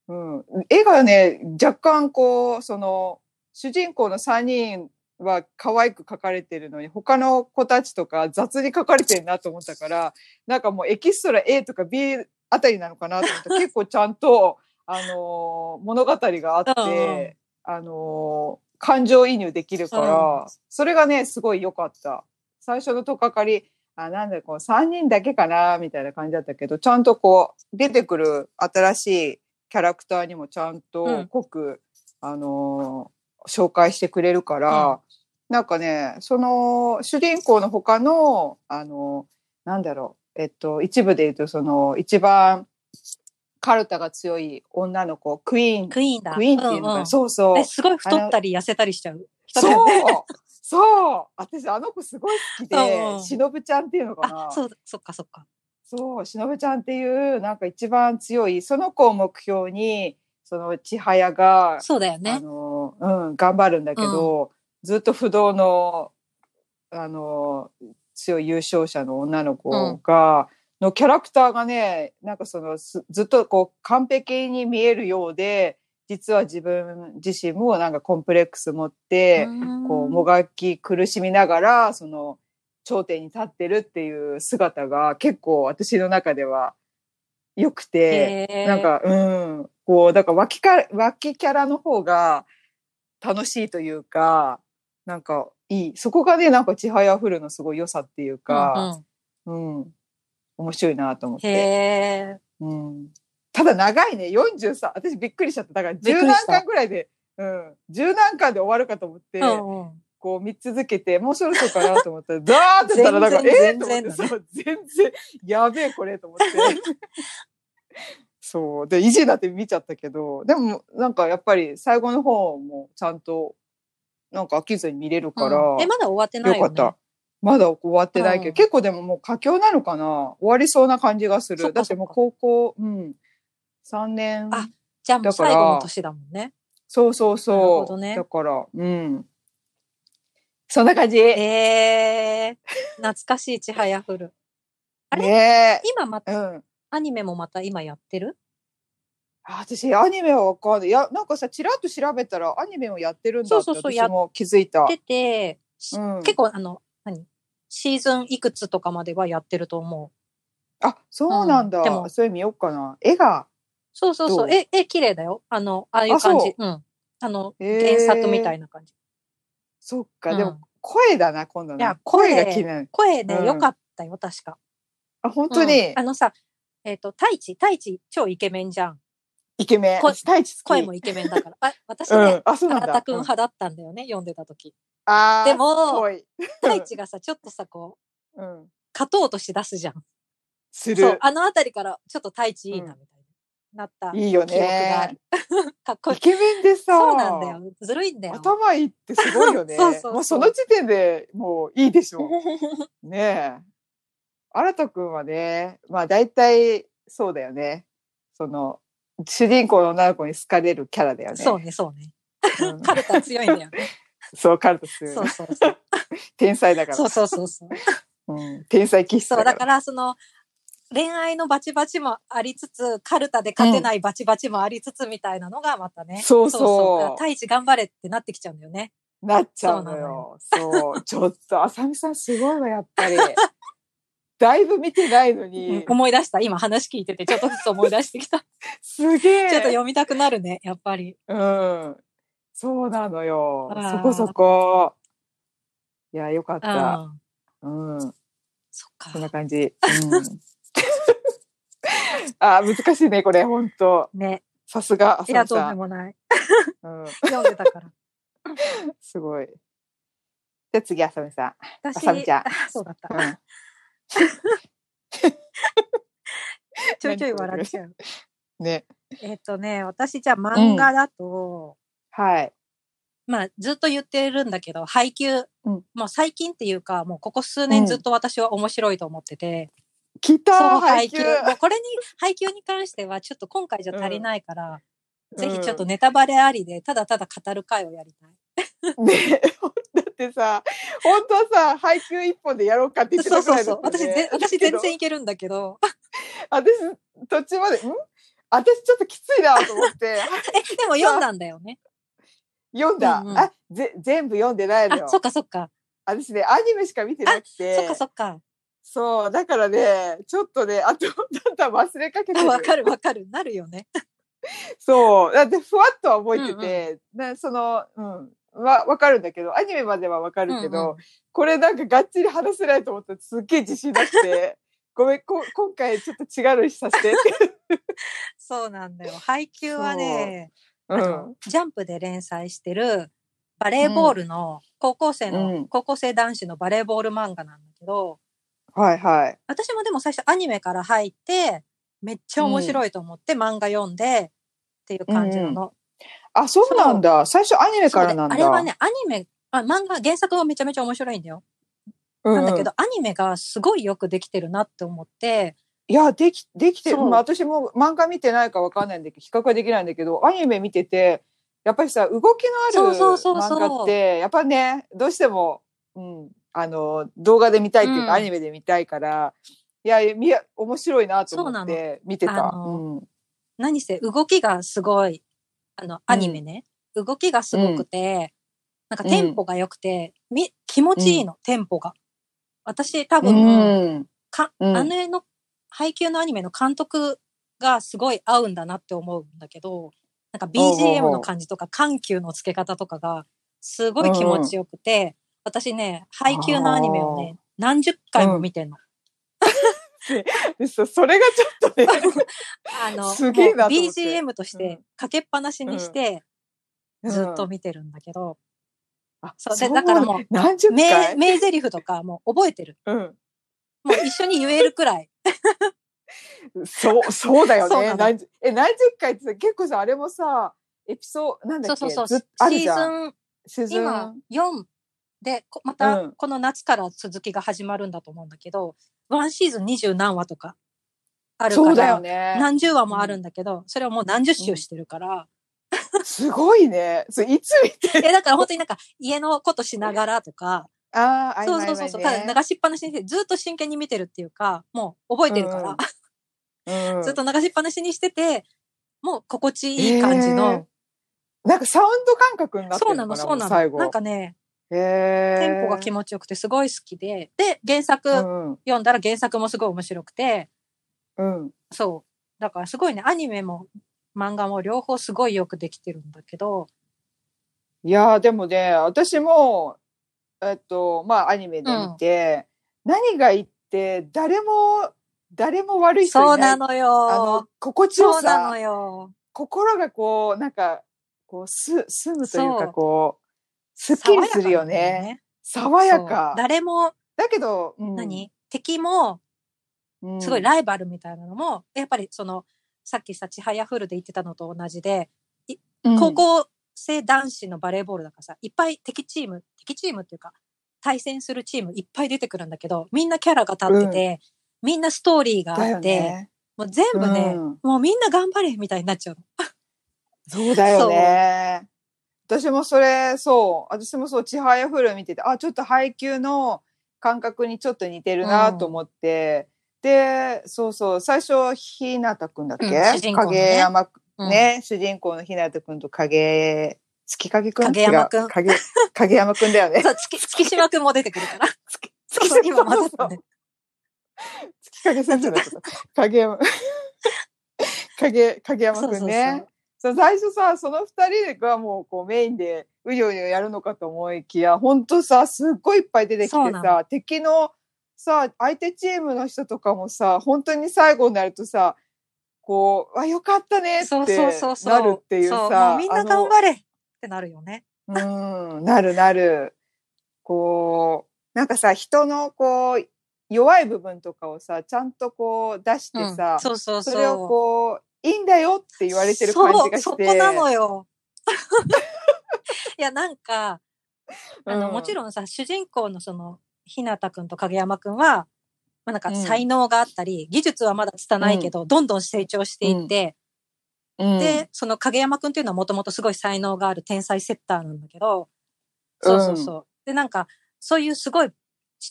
[SPEAKER 1] うん、絵がね、若干こう、その、主人公の3人は可愛く描かれてるのに、他の子たちとか雑に描かれてるなと思ったから、なんかもうエキストラ A とか B あたりなのかなと思ったら結構ちゃんと、あのー物語があって、あのー感情移入できるから、それがね、すごい良かった。最初のとっかかり、あ、なんだ、こう、3人だけかな、みたいな感じだったけど、ちゃんとこう、出てくる新しいキャラクターにもちゃん
[SPEAKER 2] うん
[SPEAKER 1] と濃く、あのー紹介してくれるから、なんかね、その、主人公の他の、あのーなんだろう、えっと、一部で言うと、その、一番、カルタが強い女の子、クイーン、
[SPEAKER 2] クイーンだ。
[SPEAKER 1] クイーンっていうのかな、
[SPEAKER 2] んん
[SPEAKER 1] そうそう。
[SPEAKER 2] えすごい太ったり痩せたりしちゃう人だよね。
[SPEAKER 1] そうそう私、あの子すごい好き
[SPEAKER 2] うんう
[SPEAKER 1] で、
[SPEAKER 2] ん
[SPEAKER 1] しのぶちゃんっていうのかな
[SPEAKER 2] あ、。そう、そっかそっか。
[SPEAKER 1] そう、しのぶちゃんっていう、なんか一番強い、その子を目標に、その千早が、
[SPEAKER 2] そうだよ
[SPEAKER 1] あ
[SPEAKER 2] ね。
[SPEAKER 1] の、うん、頑張るんだけど、ずっと不動の、あの、強い優勝者の女の子が、のキャラクターがね、なんかその、すずっとこう、完璧に見えるようで、実は自分自身もなんかコンプレックス持って、こうもがき苦しみながらその頂点に立ってるっていう姿が結構私の中では良くて、なん、かうんこうだから脇か脇キャラの方が楽しいというかなんかいいそこがねなんかちはやふるのすごい良さっていう
[SPEAKER 2] へー
[SPEAKER 1] か、うん面白いなと思っ
[SPEAKER 2] うんうん
[SPEAKER 1] て、
[SPEAKER 2] へー
[SPEAKER 1] うん、ただ長いね43私びっくりしちゃっただから
[SPEAKER 2] びっ
[SPEAKER 1] 10
[SPEAKER 2] くり
[SPEAKER 1] 何
[SPEAKER 2] した
[SPEAKER 1] 巻ぐらいで、うん、10何巻で終わるかと思って。
[SPEAKER 2] うんうん
[SPEAKER 1] こう見続けて、もうそろそろかなと思ったら、ザーって たら、なんか、
[SPEAKER 2] 全然
[SPEAKER 1] えー、と思って、
[SPEAKER 2] 全然
[SPEAKER 1] そう、全然、やべえ、これ、と思って。そう。で、意地だって見ちゃったけど、でも、なんかやっぱり最後の方もちゃんと、なんか飽きずに見れるから、
[SPEAKER 2] うんえ、まだ終わってな
[SPEAKER 1] よか
[SPEAKER 2] いよ
[SPEAKER 1] っ
[SPEAKER 2] ね。
[SPEAKER 1] た。まだ終わってないけど、
[SPEAKER 2] うん
[SPEAKER 1] 結構でももう佳境なのかな終わりそうな感じがす
[SPEAKER 2] そっ
[SPEAKER 1] る。
[SPEAKER 2] か
[SPEAKER 1] だ
[SPEAKER 2] そっか
[SPEAKER 1] ってもう高校、うん、3年。
[SPEAKER 2] あじゃあもう
[SPEAKER 1] だから
[SPEAKER 2] 最後の年だもんね。
[SPEAKER 1] そうそうそう。
[SPEAKER 2] なるほどね
[SPEAKER 1] だから、うん。そんな感じ。
[SPEAKER 2] えー、懐かしいちはやふる。あれ
[SPEAKER 1] ね
[SPEAKER 2] 今ま
[SPEAKER 1] え。うん。
[SPEAKER 2] アニメもまた今やってる
[SPEAKER 1] あ私、アニメはわかんない。いや、なんかさ、ちらっと調べたら、アニメをやってるんだって
[SPEAKER 2] そうそうそう
[SPEAKER 1] 私も気づいた。
[SPEAKER 2] 出て、し
[SPEAKER 1] うん
[SPEAKER 2] 結構あの、何シーズンいくつとかまではやってると思う。
[SPEAKER 1] あ、そうなんだ。
[SPEAKER 2] うんでも
[SPEAKER 1] それ見よっかな。絵が。
[SPEAKER 2] そうそう
[SPEAKER 1] ど
[SPEAKER 2] そうう。え、え、綺麗だよ。あの、ああいう
[SPEAKER 1] あそう
[SPEAKER 2] 感じ。うん。あの、
[SPEAKER 1] へー
[SPEAKER 2] 原作みたいな感じ。
[SPEAKER 1] そっか、
[SPEAKER 2] うん
[SPEAKER 1] でも、声だな、今度ね。
[SPEAKER 2] いや声
[SPEAKER 1] が気になる。
[SPEAKER 2] 声ね
[SPEAKER 1] う、ん
[SPEAKER 2] 良かったよ、確か。
[SPEAKER 1] あ、本当に、
[SPEAKER 2] うんあのさ、えっ、と、太一、太一超イケメンじゃん。
[SPEAKER 1] イケメン。
[SPEAKER 2] こ
[SPEAKER 1] 私太一好き
[SPEAKER 2] 声もイケメンだから。あ、私
[SPEAKER 1] う
[SPEAKER 2] ね
[SPEAKER 1] ん、、あ、そうなん
[SPEAKER 2] 原
[SPEAKER 1] だ
[SPEAKER 2] 田。くん派だったんだよね、読んでた時。
[SPEAKER 1] うんあー
[SPEAKER 2] でも
[SPEAKER 1] ぽい
[SPEAKER 2] 太一がさ、ちょっとさ、こう、
[SPEAKER 1] うん。
[SPEAKER 2] 勝とうとし出すじゃん。
[SPEAKER 1] す
[SPEAKER 2] そう
[SPEAKER 1] る、。
[SPEAKER 2] あのあたりから、ちょっと太一いいな、
[SPEAKER 1] う
[SPEAKER 2] みたいな。なった。
[SPEAKER 1] いいよ
[SPEAKER 2] 記憶があ
[SPEAKER 1] ね
[SPEAKER 2] る。 かっこい
[SPEAKER 1] イ
[SPEAKER 2] い。
[SPEAKER 1] ケメンでさ、
[SPEAKER 2] そうなんだよ。ずるいんだよ。
[SPEAKER 1] 頭いいってすごいよね。
[SPEAKER 2] そうそうそう
[SPEAKER 1] もうその時点でもういいでし ょう。ねえ。新田くんはね、まあ大体そうだよね。その、主人公の女の子に好かれるキャラだよね。
[SPEAKER 2] そうね、そうね。
[SPEAKER 1] うん
[SPEAKER 2] カルタ強いんだよね。
[SPEAKER 1] そう、カルトス。
[SPEAKER 2] そうそうそう。
[SPEAKER 1] 天才だから。
[SPEAKER 2] そうそうそうそう。
[SPEAKER 1] うん天才気質
[SPEAKER 2] そう、
[SPEAKER 1] だか
[SPEAKER 2] だ
[SPEAKER 1] ら。
[SPEAKER 2] から、その、恋愛のバチバチもありつつ、カルタで勝てないバチバチもありつつみたいなのがまたね。
[SPEAKER 1] そうそう
[SPEAKER 2] だから太一頑張れってなってきちゃうんだよね。
[SPEAKER 1] なっちゃうのよ。そう。ちょっと、あさみさんすごいわ、やっぱり。だいぶ見てないのに、
[SPEAKER 2] 思い出した。今話聞いてて、ちょっとずつ思い出してきた。ち
[SPEAKER 1] すげえ。
[SPEAKER 2] ょっと読みたくなるね、やっぱり。
[SPEAKER 1] うん。そうなのよ
[SPEAKER 2] あ。ー
[SPEAKER 1] そこそこ。いや、よかった。
[SPEAKER 2] ああ、
[SPEAKER 1] うん。
[SPEAKER 2] そっか
[SPEAKER 1] そん。な感じ。うん、 あー、難しいね、これ、本当
[SPEAKER 2] ね。
[SPEAKER 1] さすが、
[SPEAKER 2] い
[SPEAKER 1] 浅
[SPEAKER 2] や、
[SPEAKER 1] 野
[SPEAKER 2] どう
[SPEAKER 1] さ
[SPEAKER 2] で
[SPEAKER 1] ん。
[SPEAKER 2] もない。
[SPEAKER 1] うん、
[SPEAKER 2] 読んでた から。
[SPEAKER 1] すごい。じゃあ次、浅見さん。
[SPEAKER 2] 私、
[SPEAKER 1] 浅見ちゃん。
[SPEAKER 2] そうだった。
[SPEAKER 1] うん
[SPEAKER 2] ちょいちょい笑っちゃう。
[SPEAKER 1] ね。
[SPEAKER 2] えっとね、私じゃあ漫画だと、
[SPEAKER 1] はい。
[SPEAKER 2] まあずっと言ってるんだけど、配給、
[SPEAKER 1] うん
[SPEAKER 2] もう最近っていうか、もうここ数
[SPEAKER 1] う
[SPEAKER 2] 年
[SPEAKER 1] ん
[SPEAKER 2] ずっと私は面白いと思ってて、
[SPEAKER 1] 来た
[SPEAKER 2] その
[SPEAKER 1] ー
[SPEAKER 2] 配
[SPEAKER 1] 配
[SPEAKER 2] 給、
[SPEAKER 1] 給。
[SPEAKER 2] もうこれに、配給に関してはちょっと今回じゃ足りないから、
[SPEAKER 1] うん
[SPEAKER 2] ぜひちょっとネタバレありで、ただただ語る会をやりたい。
[SPEAKER 1] ね。 だってさ、本当はさ、配給一本でやろうかって言って
[SPEAKER 2] そう
[SPEAKER 1] たく
[SPEAKER 2] そ
[SPEAKER 1] ら
[SPEAKER 2] う
[SPEAKER 1] いだ
[SPEAKER 2] そう。
[SPEAKER 1] った
[SPEAKER 2] 私
[SPEAKER 1] よね
[SPEAKER 2] ぜ、私全然いけるんだけど、
[SPEAKER 1] 私、途中まで、ん私ちょっときついなと思 って、
[SPEAKER 2] え、でも読んだんだよね。
[SPEAKER 1] 読んだ。
[SPEAKER 2] うんうん
[SPEAKER 1] あ、ぜ、全部読んでないのよ
[SPEAKER 2] あ、。そっかそっか。
[SPEAKER 1] 私ね、アニメしか見てなくて。
[SPEAKER 2] そっかそっか。
[SPEAKER 1] そう、だからね、ちょっとね、あと、だんだん忘れかけて
[SPEAKER 2] あ
[SPEAKER 1] る。
[SPEAKER 2] わかるわかる。なるよね。
[SPEAKER 1] そう、だってふわっとは覚えてて、なその、うん、わ、わかるんだけど、アニメまではわかるけど、
[SPEAKER 2] うんうん
[SPEAKER 1] これなんかがっちり話せないと思ったらすっげえ自信なく て、ごめん、こ、今回ちょっと違うのにさせてって。
[SPEAKER 2] そうなんだよ。配給はね、
[SPEAKER 1] う
[SPEAKER 2] あ
[SPEAKER 1] ん
[SPEAKER 2] の。ジャンプで連載してるバレーボールの高校生の、
[SPEAKER 1] うん
[SPEAKER 2] 高校生男子のバレーボール漫画なんだけど、
[SPEAKER 1] はいはい。
[SPEAKER 2] 私もでも最初アニメから入って、めっちゃ面白いと思って漫画読んでっていう感じなの。
[SPEAKER 1] あ、そうなんだ。最初アニメ
[SPEAKER 2] そう
[SPEAKER 1] か
[SPEAKER 2] で
[SPEAKER 1] らなんだ。
[SPEAKER 2] あれはね、アニメ、あ漫画、原作はめちゃめちゃ面白いんだよ。
[SPEAKER 1] うんうん、
[SPEAKER 2] なんだけど、アニメがすごいよくできてるなって思って、
[SPEAKER 1] いや、でき、できてる。
[SPEAKER 2] そう
[SPEAKER 1] まあ、私も漫画見てないかわかんないんだけど、比較はできないんだけど、アニメ見てて、やっぱりさ、動きのある
[SPEAKER 2] そうそうそうそう
[SPEAKER 1] 漫画って、やっぱね、どうしても、うん、あの、動画で見たいっていうか、
[SPEAKER 2] うん
[SPEAKER 1] アニメで見たいから、いや、みや、面白いなと
[SPEAKER 2] そう
[SPEAKER 1] 思
[SPEAKER 2] な
[SPEAKER 1] って見てた
[SPEAKER 2] あ。の
[SPEAKER 1] うん
[SPEAKER 2] 何せ動きがすごい、あの、アニメね、動きがすごくて、なんかテンポが良くて、み気持ちいいの、テンポが。私多
[SPEAKER 1] う
[SPEAKER 2] 分、
[SPEAKER 1] ん。
[SPEAKER 2] か
[SPEAKER 1] うん
[SPEAKER 2] あの絵の、配給のアニメの監督がすごい合うんだなって思うんだけど、なんか
[SPEAKER 1] おうおう
[SPEAKER 2] BGM の感じとか、緩急の付け方とかが、すごい気持ちよくて、私ね、配給のアニメをね、何十回も見てんの。
[SPEAKER 1] でさそれがちょっとね、
[SPEAKER 2] あの、もう
[SPEAKER 1] すげえなと思って
[SPEAKER 2] BGM とし
[SPEAKER 1] う
[SPEAKER 2] て
[SPEAKER 1] ん、
[SPEAKER 2] かけっぱなしにして、 ずっと見てるんだけど、
[SPEAKER 1] あ、
[SPEAKER 2] そうでだからもう
[SPEAKER 1] 何十
[SPEAKER 2] 名、
[SPEAKER 1] 回
[SPEAKER 2] 名台詞とかもう覚えてる。
[SPEAKER 1] うん。
[SPEAKER 2] もう一緒に言えるくらい。
[SPEAKER 1] そう、そうだよ
[SPEAKER 2] そう
[SPEAKER 1] ね。
[SPEAKER 2] なの
[SPEAKER 1] 何十え、何十回ってさ、結構さ、あれもさ、エピソー ド、なんだ
[SPEAKER 2] そ
[SPEAKER 1] っ
[SPEAKER 2] う
[SPEAKER 1] け
[SPEAKER 2] そうそう。
[SPEAKER 1] ずっ
[SPEAKER 2] シ
[SPEAKER 1] とあるじゃん。
[SPEAKER 2] ー
[SPEAKER 1] シー
[SPEAKER 2] ズ
[SPEAKER 1] ズン
[SPEAKER 2] ン、今、4で、こま
[SPEAKER 1] う
[SPEAKER 2] た
[SPEAKER 1] ん
[SPEAKER 2] この夏から続きが始まるんだと思うんだけど、ワンシーズン二十何話とかあるから、
[SPEAKER 1] そうだよね。
[SPEAKER 2] 何十話もあるんだけど、それをもう何十周してるから、
[SPEAKER 1] すごいね。それいつ見て
[SPEAKER 2] え、だから本当になんか家のことしながらとか、
[SPEAKER 1] ああ、
[SPEAKER 2] そうそうそうそう、ただ流しっぱなしにして、ずっと真剣に見てるっていうか、もう覚えてるから、
[SPEAKER 1] うん
[SPEAKER 2] ずっと流しっぱなしにしてて、もう心地いい感じの、
[SPEAKER 1] へーなんかサウンド感覚になって
[SPEAKER 2] そう
[SPEAKER 1] る
[SPEAKER 2] な
[SPEAKER 1] のか
[SPEAKER 2] の、
[SPEAKER 1] な
[SPEAKER 2] そ
[SPEAKER 1] もう
[SPEAKER 2] うな
[SPEAKER 1] 最後。
[SPEAKER 2] の。なんかね、
[SPEAKER 1] テ
[SPEAKER 2] テンポが気
[SPEAKER 1] 持
[SPEAKER 2] 持ちよくてすごい好きで、で、原作
[SPEAKER 1] うん
[SPEAKER 2] 読んだら原作もすごい面白くて、
[SPEAKER 1] うん。
[SPEAKER 2] そう。だからすごいね、アニメも漫画も両方すごいよくできてるんだけど、
[SPEAKER 1] いやーでもね、私も、えっと、まあアニメで見て、何がいいって、誰も、誰も悪い人いない。
[SPEAKER 2] そうなの
[SPEAKER 1] あ
[SPEAKER 2] よ
[SPEAKER 1] の。、心地
[SPEAKER 2] そ
[SPEAKER 1] よ
[SPEAKER 2] うなの
[SPEAKER 1] さ、
[SPEAKER 2] よ。
[SPEAKER 1] 心がこう、なんか、こう、す、すむというか、
[SPEAKER 2] そう
[SPEAKER 1] こう、すっきりするよ
[SPEAKER 2] 爽やかなんだ
[SPEAKER 1] ね。。爽や
[SPEAKER 2] そう
[SPEAKER 1] か。
[SPEAKER 2] 誰も、
[SPEAKER 1] だけど、うん
[SPEAKER 2] 何敵も、
[SPEAKER 1] うん
[SPEAKER 2] すごいライバルみたいなのも、やっぱりその、さっきさ、ちはやふるで言ってたのと同じで、高校生男子のバレーボールだからさ、いっぱい敵チーム、敵チームっていうか、対戦するチームいっぱい出てくるんだけど、みんなキャラが立ってて、みんなストーリーが
[SPEAKER 1] だ
[SPEAKER 2] あ
[SPEAKER 1] よ
[SPEAKER 2] って、
[SPEAKER 1] ね。
[SPEAKER 2] もう全部ね、
[SPEAKER 1] うん
[SPEAKER 2] もうみんな頑張れみたいになっちゃうの。
[SPEAKER 1] そうだよね。私もそれ、そう、私もそう、ちはやふる見てて、あ、ちょっと配給の感覚にちょっと似てるなと思って、で、そうそう、最初、ひなたくんだっけ、
[SPEAKER 2] うん主人公のね
[SPEAKER 1] 影山くん
[SPEAKER 2] うん
[SPEAKER 1] ね、主人公のひなたくんと影、月影くん
[SPEAKER 2] 影山くん
[SPEAKER 1] 違う影影山くんだよね。
[SPEAKER 2] そう、月、月島くんも出てくるから。
[SPEAKER 1] 月
[SPEAKER 2] そうそう今混ざったね。
[SPEAKER 1] 月影先生だった。影山。 影、影山
[SPEAKER 2] そう
[SPEAKER 1] く
[SPEAKER 2] そ
[SPEAKER 1] ん
[SPEAKER 2] う
[SPEAKER 1] ね。そう最初さ、その二人がもうこうメインでうりょうりょやるのかと思いきや、ほんとさ、すっごいいっぱい出てき
[SPEAKER 2] そう
[SPEAKER 1] て
[SPEAKER 2] な
[SPEAKER 1] さ、敵のさ、相手チームの人とかもさ、本当に最後になるとさ、こう、あ、よかったねって
[SPEAKER 2] そうそうそうそう。
[SPEAKER 1] なるっていう
[SPEAKER 2] そも
[SPEAKER 1] さ、
[SPEAKER 2] うみんな
[SPEAKER 1] あの
[SPEAKER 2] 頑張れってなるよね。
[SPEAKER 1] うん、なるなる。こう、なんかさ、人のこう、弱い部分とかをさ、ちゃんとこう出してさ、
[SPEAKER 2] うんそうそうそう。
[SPEAKER 1] それをこう、いいんだよって言われてる感じがして。
[SPEAKER 2] そうそこなのよ。 いや、なんか、あの、
[SPEAKER 1] うん
[SPEAKER 2] もちろんさ、主人公のその、ひなたくんと影山くんは、まあなん
[SPEAKER 1] う
[SPEAKER 2] か
[SPEAKER 1] ん
[SPEAKER 2] 才能があったり、技術はまだ拙いけど、どんどん成長していって、
[SPEAKER 1] うん、
[SPEAKER 2] で、その影山くんっていうのはもともとすごい才能がある天才セッターなんだけど、そうそうそう。で、なんか、そういうすごい、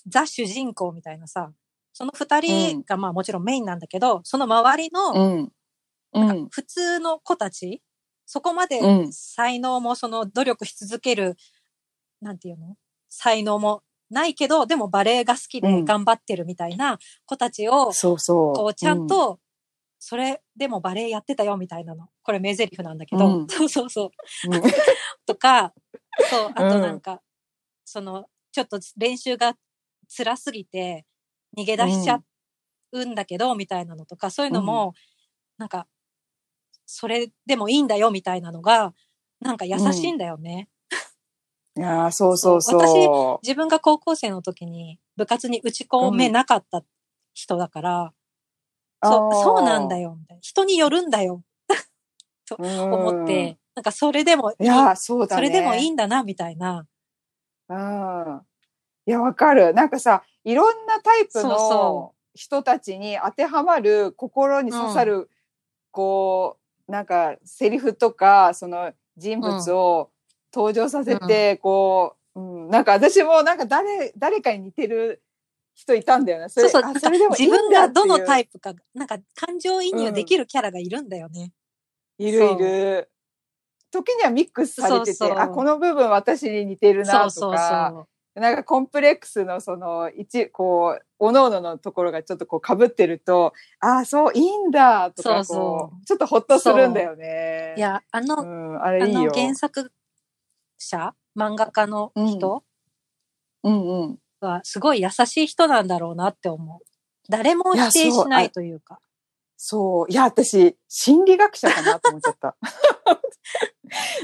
[SPEAKER 2] ザ主人公みたいなさ、その二人がまあもちろんメインなんだけど、その周りの、
[SPEAKER 1] うん。う
[SPEAKER 2] なん
[SPEAKER 1] ん
[SPEAKER 2] か。普通の子たち、そこまで
[SPEAKER 1] うん
[SPEAKER 2] 才能もその努力し続ける、なんていうの才能もないけど、でもバレエが好き
[SPEAKER 1] う
[SPEAKER 2] で
[SPEAKER 1] ん
[SPEAKER 2] 頑張ってるみたいな子たちを、
[SPEAKER 1] そうそう。
[SPEAKER 2] こうちゃんと、それでもバレエやってたよみたいなの。これ名台詞なんだけど、
[SPEAKER 1] うん
[SPEAKER 2] そうそうそう。
[SPEAKER 1] うん、うん。
[SPEAKER 2] とか、そう、あ
[SPEAKER 1] う
[SPEAKER 2] と
[SPEAKER 1] ん
[SPEAKER 2] なんか、その、ちょっと練習が辛すぎて、逃げ出しちゃうんだけど、みたいなのとか、そういうのも、なんか、それでもいいんだよ、みたいなのが、なんか優しいんだよね。
[SPEAKER 1] いや ーそうそうそう。
[SPEAKER 2] そ自分が高校生の時に部活に打ち込めなかった人だから、そうそうなんだ
[SPEAKER 1] よ。
[SPEAKER 2] よ、みたいな。人によるんだよ、
[SPEAKER 1] うん
[SPEAKER 2] 思って、。なんかそれでもいい
[SPEAKER 1] いやーそうだ
[SPEAKER 2] そ
[SPEAKER 1] ね。
[SPEAKER 2] れでもいいんだな、みたいな。
[SPEAKER 1] うんいや、わかる。なんかさ、いろんなタイプ
[SPEAKER 2] そう
[SPEAKER 1] の
[SPEAKER 2] そ
[SPEAKER 1] 人たちに当てはまる心に刺さる、こう、なんか、セリフとか、その人物を登場させて、こう、うん、なんか私もなんか誰、誰かに似てる人いたんだよね。そ
[SPEAKER 2] そう
[SPEAKER 1] れ
[SPEAKER 2] そう、
[SPEAKER 1] あ
[SPEAKER 2] なん
[SPEAKER 1] そ
[SPEAKER 2] か
[SPEAKER 1] れでもいい
[SPEAKER 2] 自
[SPEAKER 1] んだ
[SPEAKER 2] 分がどのタ
[SPEAKER 1] イ
[SPEAKER 2] イプか、なんか感情移入できるキャラがいるんだよね。
[SPEAKER 1] プいるいる。時にはミックスされてて、
[SPEAKER 2] そうそう
[SPEAKER 1] あ、この部分私に似てるなとか。
[SPEAKER 2] そうそうそ
[SPEAKER 1] なんかコンプレックスのその一こうおのののところがちょっとこう被ってるとああそういいんだとかこう
[SPEAKER 2] そうそう
[SPEAKER 1] ちょっとほっとするんだよね。
[SPEAKER 2] う。いや、あ
[SPEAKER 1] う
[SPEAKER 2] の、
[SPEAKER 1] ん、あ
[SPEAKER 2] あ
[SPEAKER 1] れいい
[SPEAKER 2] の
[SPEAKER 1] よ。
[SPEAKER 2] 原作者、漫画家の人
[SPEAKER 1] うんうん、
[SPEAKER 2] はすごい優しい人なんだろうなって思う。誰も否定しないというか。
[SPEAKER 1] そういや私心理学者かなと思っちゃ った。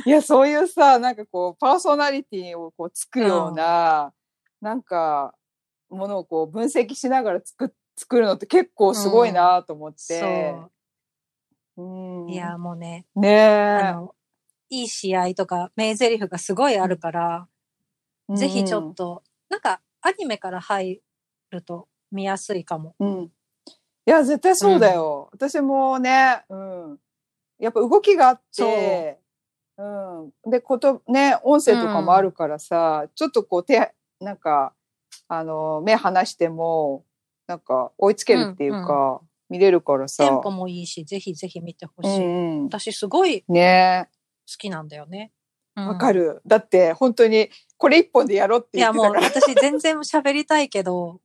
[SPEAKER 1] いやそういうさなんかこうパーソナリティをこうつくような、なんかものをこう分析しながら作っ作るのって結構すごいなと思っ
[SPEAKER 2] そ
[SPEAKER 1] て。
[SPEAKER 2] う。
[SPEAKER 1] うん
[SPEAKER 2] いや、もうね、
[SPEAKER 1] ねえ
[SPEAKER 2] あの、いい試合とか名台詞がすごいあるから、ぜひちょっと、なんかアニメから入ると見やすいかも。
[SPEAKER 1] と。うん。いや、絶対そうだよ。私もね、うん。やっぱ動きがあって、うん。で、こと、ね、音声とかもあるからさ、ちょっとこう手、なんか、あの、目離しても、なんか追いつけるっていうか、見れるからさ。
[SPEAKER 2] テンポもいいし、ぜひぜひ見てほ
[SPEAKER 1] う
[SPEAKER 2] しい。
[SPEAKER 1] んうん。
[SPEAKER 2] 私すごい好
[SPEAKER 1] ね
[SPEAKER 2] きなんだよね。
[SPEAKER 1] わ、
[SPEAKER 2] わ
[SPEAKER 1] か。る。だって、本当に、これ一本でやろうって
[SPEAKER 2] い
[SPEAKER 1] 言っ
[SPEAKER 2] や
[SPEAKER 1] て
[SPEAKER 2] もう
[SPEAKER 1] たから。
[SPEAKER 2] 私全然喋りたいけど、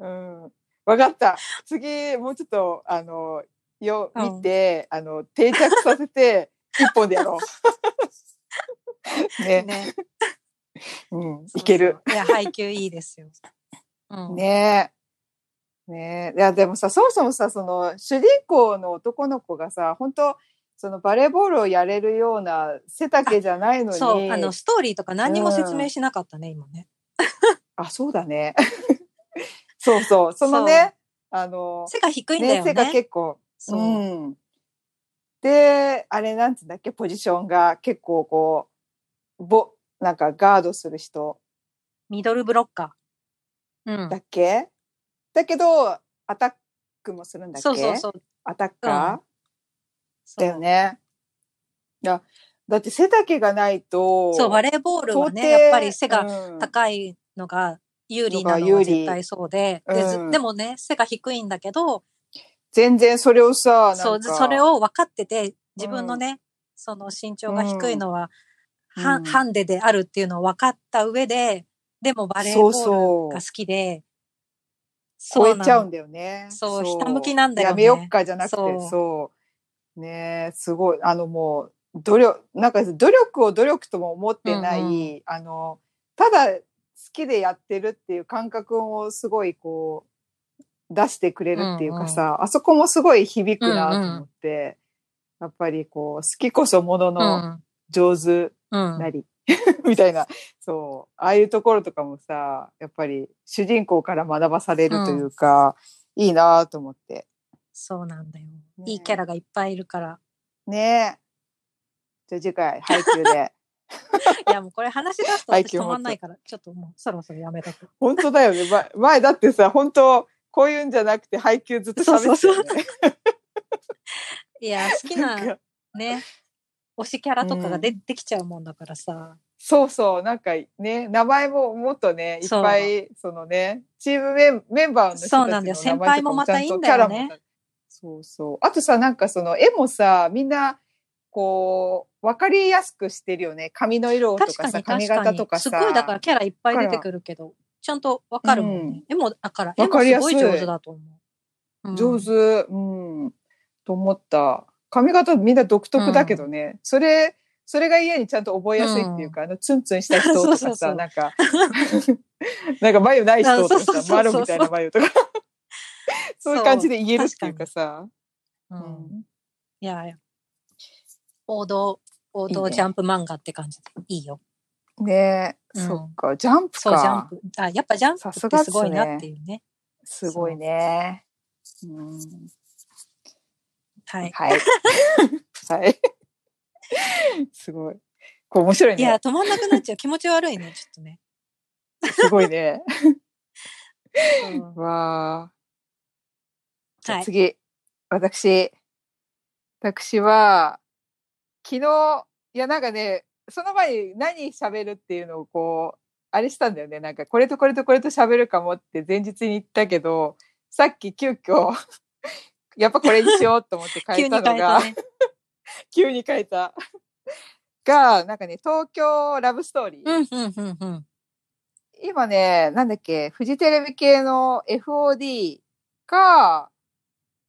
[SPEAKER 1] うん。わかった。次、もうちょっと、あの、よ、
[SPEAKER 2] うん
[SPEAKER 1] 見て、あの、定着させ て、一本でやろう。ね。
[SPEAKER 2] ね。
[SPEAKER 1] うん。
[SPEAKER 2] そうそう
[SPEAKER 1] いける。。
[SPEAKER 2] いや、配給いいですよ。うん。
[SPEAKER 1] ねえ。ねえ。いや、でもさ、そもそもさ、その、主人公の男の子がさ、本当そのバレーボールをやれるような背丈じゃないのに。
[SPEAKER 2] そう、あの、ストーリーとか何にも説明しなかったね、今ね。
[SPEAKER 1] あ、そうだね。 そうそう。そのね、あの、
[SPEAKER 2] 背が低いんだ
[SPEAKER 1] ね、
[SPEAKER 2] よ
[SPEAKER 1] 背が
[SPEAKER 2] ね。
[SPEAKER 1] 結構、
[SPEAKER 2] そう
[SPEAKER 1] うん。で、あれなんつうんだっけ、ポジションが結構こう、ぼ、なんかガードする人
[SPEAKER 2] ミドルブロッカー。うん
[SPEAKER 1] だ。っけ、だけど、アタックもするんだっけ
[SPEAKER 2] そうそうそう。
[SPEAKER 1] アタッカー、
[SPEAKER 2] そ
[SPEAKER 1] だ
[SPEAKER 2] う
[SPEAKER 1] よね。いや、だって背丈がないと、
[SPEAKER 2] そう、バレーボールは
[SPEAKER 1] 到
[SPEAKER 2] ね、
[SPEAKER 1] 底
[SPEAKER 2] やっぱり背が
[SPEAKER 1] うん
[SPEAKER 2] 高いのが有利な
[SPEAKER 1] の
[SPEAKER 2] の
[SPEAKER 1] が有
[SPEAKER 2] は
[SPEAKER 1] 利
[SPEAKER 2] 絶対そうで、でず
[SPEAKER 1] うん
[SPEAKER 2] でもね、背が低いんだけど、
[SPEAKER 1] 全然それをさ、な
[SPEAKER 2] そ
[SPEAKER 1] ん
[SPEAKER 2] う、
[SPEAKER 1] か
[SPEAKER 2] それ、を分かってて、自分のね、その身長が低いのは、
[SPEAKER 1] うん
[SPEAKER 2] ハ
[SPEAKER 1] うん
[SPEAKER 2] ンハンデであるっていうのを分かった上で、でもバレー
[SPEAKER 1] そ
[SPEAKER 2] ボ
[SPEAKER 1] う
[SPEAKER 2] ール
[SPEAKER 1] そ
[SPEAKER 2] が
[SPEAKER 1] う
[SPEAKER 2] 好きで、
[SPEAKER 1] 超えちゃうん
[SPEAKER 2] だ。
[SPEAKER 1] だよね。
[SPEAKER 2] そうひたむきなんだよね
[SPEAKER 1] やめよっかじゃなくて、
[SPEAKER 2] そ
[SPEAKER 1] そうう。ねえすごい。あのもう、努力、なんか努力を努力とも思ってない、
[SPEAKER 2] うんう
[SPEAKER 1] あの、ただ好きでやってるっていう感覚をすごいこう、出してくれるっていうかさ、あそこもすごい響くなと思って、やっぱりこう、好きこそものの上手
[SPEAKER 2] うん。うん
[SPEAKER 1] なり、 みたいな、そう、ああいうところとかもさ、やっぱり主人公から学ばされるというか、いいなと思って。
[SPEAKER 2] そうなんだよ。
[SPEAKER 1] ね
[SPEAKER 2] いいキャラがいっぱいいるから。
[SPEAKER 1] ねえ。じゃあ次回、配給 で。
[SPEAKER 2] いや、もうこれ話し出すと
[SPEAKER 1] はい
[SPEAKER 2] 私
[SPEAKER 1] 気を
[SPEAKER 2] 止
[SPEAKER 1] 持って
[SPEAKER 2] まんないから、ちょっともうそろそろやめ とく。
[SPEAKER 1] 本当だよね。前前だってさ、本当こういうんじゃなくて配給ずっと喋ってたよね。
[SPEAKER 2] いや、好き
[SPEAKER 1] なん
[SPEAKER 2] な
[SPEAKER 1] か
[SPEAKER 2] ね、推しキャラとかが出
[SPEAKER 1] う
[SPEAKER 2] てきちゃうもんだからさ。
[SPEAKER 1] そうそう、なんかね、名前ももっとね、いっ
[SPEAKER 2] そう
[SPEAKER 1] ぱい、そのね、チームメンメンバーの人たち
[SPEAKER 2] そ
[SPEAKER 1] の
[SPEAKER 2] うなんだよ
[SPEAKER 1] 名前とか
[SPEAKER 2] 先輩もま
[SPEAKER 1] ちゃ
[SPEAKER 2] た
[SPEAKER 1] ん
[SPEAKER 2] い
[SPEAKER 1] と
[SPEAKER 2] いんだよね
[SPEAKER 1] キャラもそうそう。あとさ、なんかその絵もさ、みんな、こう、わかりやすくしてるよね。髪の色と
[SPEAKER 2] 確
[SPEAKER 1] か
[SPEAKER 2] か
[SPEAKER 1] さ、
[SPEAKER 2] に
[SPEAKER 1] 髪
[SPEAKER 2] 確か
[SPEAKER 1] 型
[SPEAKER 2] に
[SPEAKER 1] とか。
[SPEAKER 2] す
[SPEAKER 1] さ。
[SPEAKER 2] ごいだからキャラいっぱい出てくるけど、ちゃんとわかるもんね。絵も、だから絵
[SPEAKER 1] わ
[SPEAKER 2] も
[SPEAKER 1] かり
[SPEAKER 2] す
[SPEAKER 1] やす
[SPEAKER 2] ご
[SPEAKER 1] い
[SPEAKER 2] い上手だと思う。うん
[SPEAKER 1] 上手、うん、と思った。髪型みんな独特だけどね、それ、それが家にちゃんと覚えやすいっていうか、あの、ツンツンした人とかさ、
[SPEAKER 2] そうそうそう
[SPEAKER 1] なんか、 なんか眉ない人とか
[SPEAKER 2] そうそうそうそ
[SPEAKER 1] さ、
[SPEAKER 2] う
[SPEAKER 1] マロみたいな眉 とか、そういう感じで言えるっていうかさ、
[SPEAKER 2] う。
[SPEAKER 1] うんん
[SPEAKER 2] いやいや。王道、王
[SPEAKER 1] いい
[SPEAKER 2] 道
[SPEAKER 1] ね
[SPEAKER 2] ジャンプ漫画って感じでいいよ。
[SPEAKER 1] ねえ、
[SPEAKER 2] うん
[SPEAKER 1] そっか、ジャンプ
[SPEAKER 2] そう、ジャン
[SPEAKER 1] か。
[SPEAKER 2] プ。あ、やっぱジャンプ
[SPEAKER 1] さ
[SPEAKER 2] っ
[SPEAKER 1] す
[SPEAKER 2] て
[SPEAKER 1] がっす
[SPEAKER 2] す
[SPEAKER 1] ね
[SPEAKER 2] ごいなっていうね。
[SPEAKER 1] すごいね。うん、
[SPEAKER 2] はい。
[SPEAKER 1] はい。 はい。すごい。こう面白い
[SPEAKER 2] いや、
[SPEAKER 1] ね。
[SPEAKER 2] 止まんなくなっちゃう。気持ち悪いね、ちょっとね。
[SPEAKER 1] すごいね。
[SPEAKER 2] うん
[SPEAKER 1] わあ。じゃ
[SPEAKER 2] は
[SPEAKER 1] あ
[SPEAKER 2] い。
[SPEAKER 1] 次、私。私は、昨日、いやなんかね、その前に何喋るっていうのをこう、あれしたんだよね。なんか、これとこれとこれと喋るかもって前日に言ったけど、さっき急遽、 やっぱこれにしようと思って変
[SPEAKER 2] 急
[SPEAKER 1] えた
[SPEAKER 2] に変
[SPEAKER 1] の
[SPEAKER 2] え
[SPEAKER 1] が
[SPEAKER 2] た、ね。
[SPEAKER 1] 急に変えた。が、なんかね、東京ラブストーリー。
[SPEAKER 2] うん、うん、うん、うん。
[SPEAKER 1] 今ね、なんだっけ、フジテレビ系の FOD か、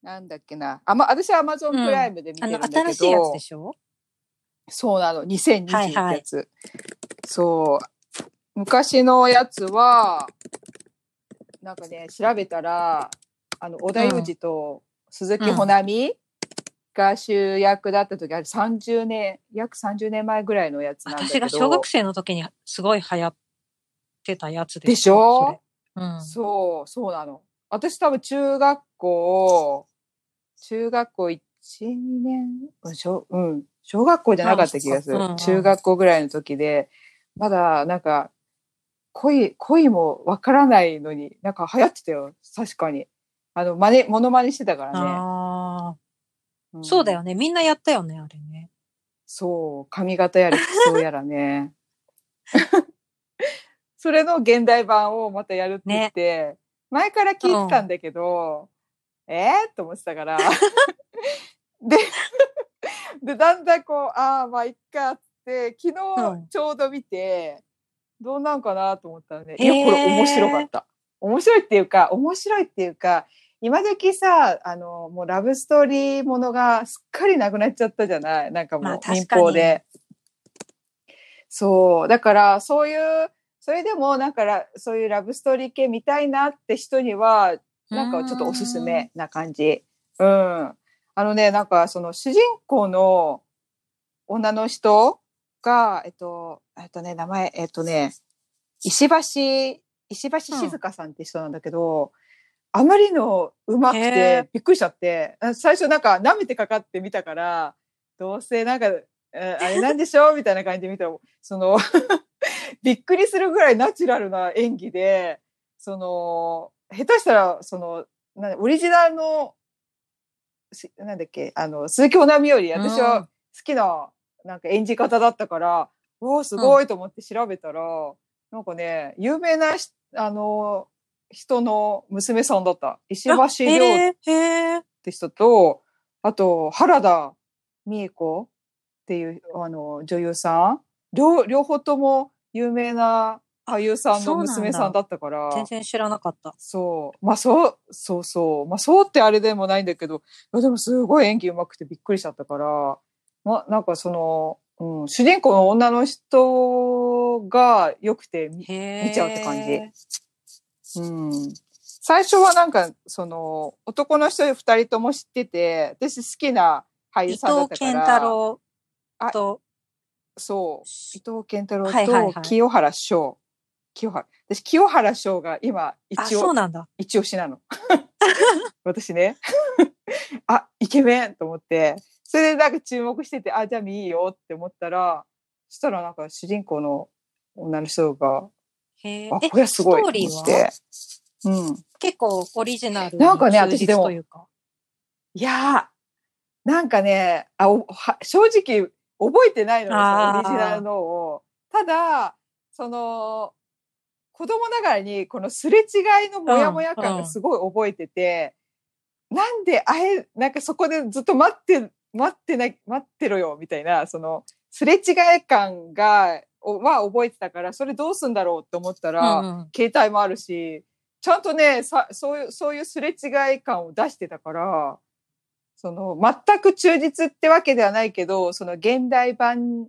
[SPEAKER 1] なんだっけな、あま、私は Amazon
[SPEAKER 2] うん
[SPEAKER 1] プライムで見て
[SPEAKER 2] あ
[SPEAKER 1] るん
[SPEAKER 2] の、
[SPEAKER 1] だけど、
[SPEAKER 2] 新しいやつでしょ
[SPEAKER 1] そうなの、2020っ
[SPEAKER 2] はい
[SPEAKER 1] て
[SPEAKER 2] はい
[SPEAKER 1] やつ。そう。昔のやつは、なんかね、調べたら、あの、織田裕二と鈴木保奈美が主役だった時、あれ30年、約30年前ぐらいのやつなんだけど。
[SPEAKER 2] 私が小学生の時にすごい流行ってたやつです
[SPEAKER 1] でしょ
[SPEAKER 2] それうん。
[SPEAKER 1] そう、そうなの。私多分中学校、中学校1、2年、うん小、うん、小学校じゃなかった気がする。
[SPEAKER 2] あそううん
[SPEAKER 1] 中学校ぐらいの時で、まだなんか、恋、恋もわからないのに、なんか流行ってたよ。確かに。あの、真似、モノマネしてたからね。
[SPEAKER 2] ああ、
[SPEAKER 1] ん
[SPEAKER 2] そうだよね。みんなやったよね、あれね。
[SPEAKER 1] そう、髪型やら服装やらね。 それの現代版をまたやるって言って、前から聞いてたんだけど、えー、と思ってたから。で、で、だんだんこう、ああ、まあ、いっかって、昨
[SPEAKER 2] う
[SPEAKER 1] 日
[SPEAKER 2] ん
[SPEAKER 1] ちょうど見て、どうなんかなと思ったらね、い
[SPEAKER 2] へー
[SPEAKER 1] や、これ面白かった。面白いっていうか、面白いっていうか、今時さ、あの、もうラブストーリーものがすっかりなくなっちゃったじゃないなんかも
[SPEAKER 2] まあ
[SPEAKER 1] う民
[SPEAKER 2] 確かに
[SPEAKER 1] 放で。そう。だから、そういう、それでも、なんから、そういうラブストーリー系見たいなって人には、なんかちょっとおすすめな感じ。うん。あのね、なんかその主人公の女の人が、えっと、えっとね、名前、えっとね、石橋、石橋静香さんって人なんだけど、あまりのうまく
[SPEAKER 2] へ
[SPEAKER 1] てびっくりしちゃって、あ最初なんか舐めてかかってみたから、どうせなんか、えーあれなんでしょうみたいな感じで見たら、その、 びっくりするぐらいナチュラルな演技で、その、下手したら、その、なオリジナルの、しなんだっけ、あの、鈴木保奈美より私
[SPEAKER 2] うん
[SPEAKER 1] は好きな、なんか演じ方だったから、わあ、すごいと思って調べたら、なんかね、有名なし、あの、人の娘さんだった。石橋
[SPEAKER 2] あ
[SPEAKER 1] 亮っ
[SPEAKER 2] へえ、へえ。
[SPEAKER 1] て人と、あと、原田美恵子っていう、あの、女優さん。両、両方とも有名な俳優さんの娘さんだったから。
[SPEAKER 2] 全然知らなかった。
[SPEAKER 1] そう。まあ、そう、そうそう。まあ、そうってあれでもないんだけど、いやでもすごい演技上手くてびっくりしちゃったから、まあ、なんかその、うん、主人公の女の人が良くて、み
[SPEAKER 2] へえ。
[SPEAKER 1] 見ちゃうって感じうん。最初はなんか、その、男の人二人とも知ってて、私好きな俳優
[SPEAKER 2] 伊
[SPEAKER 1] さんだ
[SPEAKER 2] 藤
[SPEAKER 1] ったから。
[SPEAKER 2] 健太郎と、
[SPEAKER 1] そう。伊藤健太
[SPEAKER 2] はいはい
[SPEAKER 1] 郎
[SPEAKER 2] は
[SPEAKER 1] と
[SPEAKER 2] い
[SPEAKER 1] 清原翔。清原。私、清原翔が今、
[SPEAKER 2] あ、
[SPEAKER 1] 一
[SPEAKER 2] そう
[SPEAKER 1] 応、
[SPEAKER 2] なんだ。
[SPEAKER 1] 一押しなの。 私ね。 あ、イケメンと思って。それでなんか注目してて、あ、じゃあ見いいよって思ったら、そしたらなんか主人公の女の人が、
[SPEAKER 2] へえ
[SPEAKER 1] あ、。これはすごいと
[SPEAKER 2] スト
[SPEAKER 1] 思
[SPEAKER 2] ーリー
[SPEAKER 1] っ
[SPEAKER 2] は
[SPEAKER 1] て。うん。
[SPEAKER 2] 結構オリジナル
[SPEAKER 1] なんかね私でも
[SPEAKER 2] というか。
[SPEAKER 1] いやー、なんかね、あおは正直覚えてないのよ、そ
[SPEAKER 2] あー
[SPEAKER 1] のオリジナルのを。ただ、その、子供ながらにこのすれ違いのモヤモヤ感
[SPEAKER 2] うんう
[SPEAKER 1] が
[SPEAKER 2] ん
[SPEAKER 1] すごい覚えてて、なんであえ、なんかそこでずっと待って、待ってな、待ってろよ、みたいな、その、すれ違い感が、おは覚えてたから、それどうすんだろうって思ったら、
[SPEAKER 2] うんうん
[SPEAKER 1] 携帯もあるし、ちゃんとね、さそういう、そういうすれ違い感を出してたから、その、全く忠実ってわけではないけど、その現代版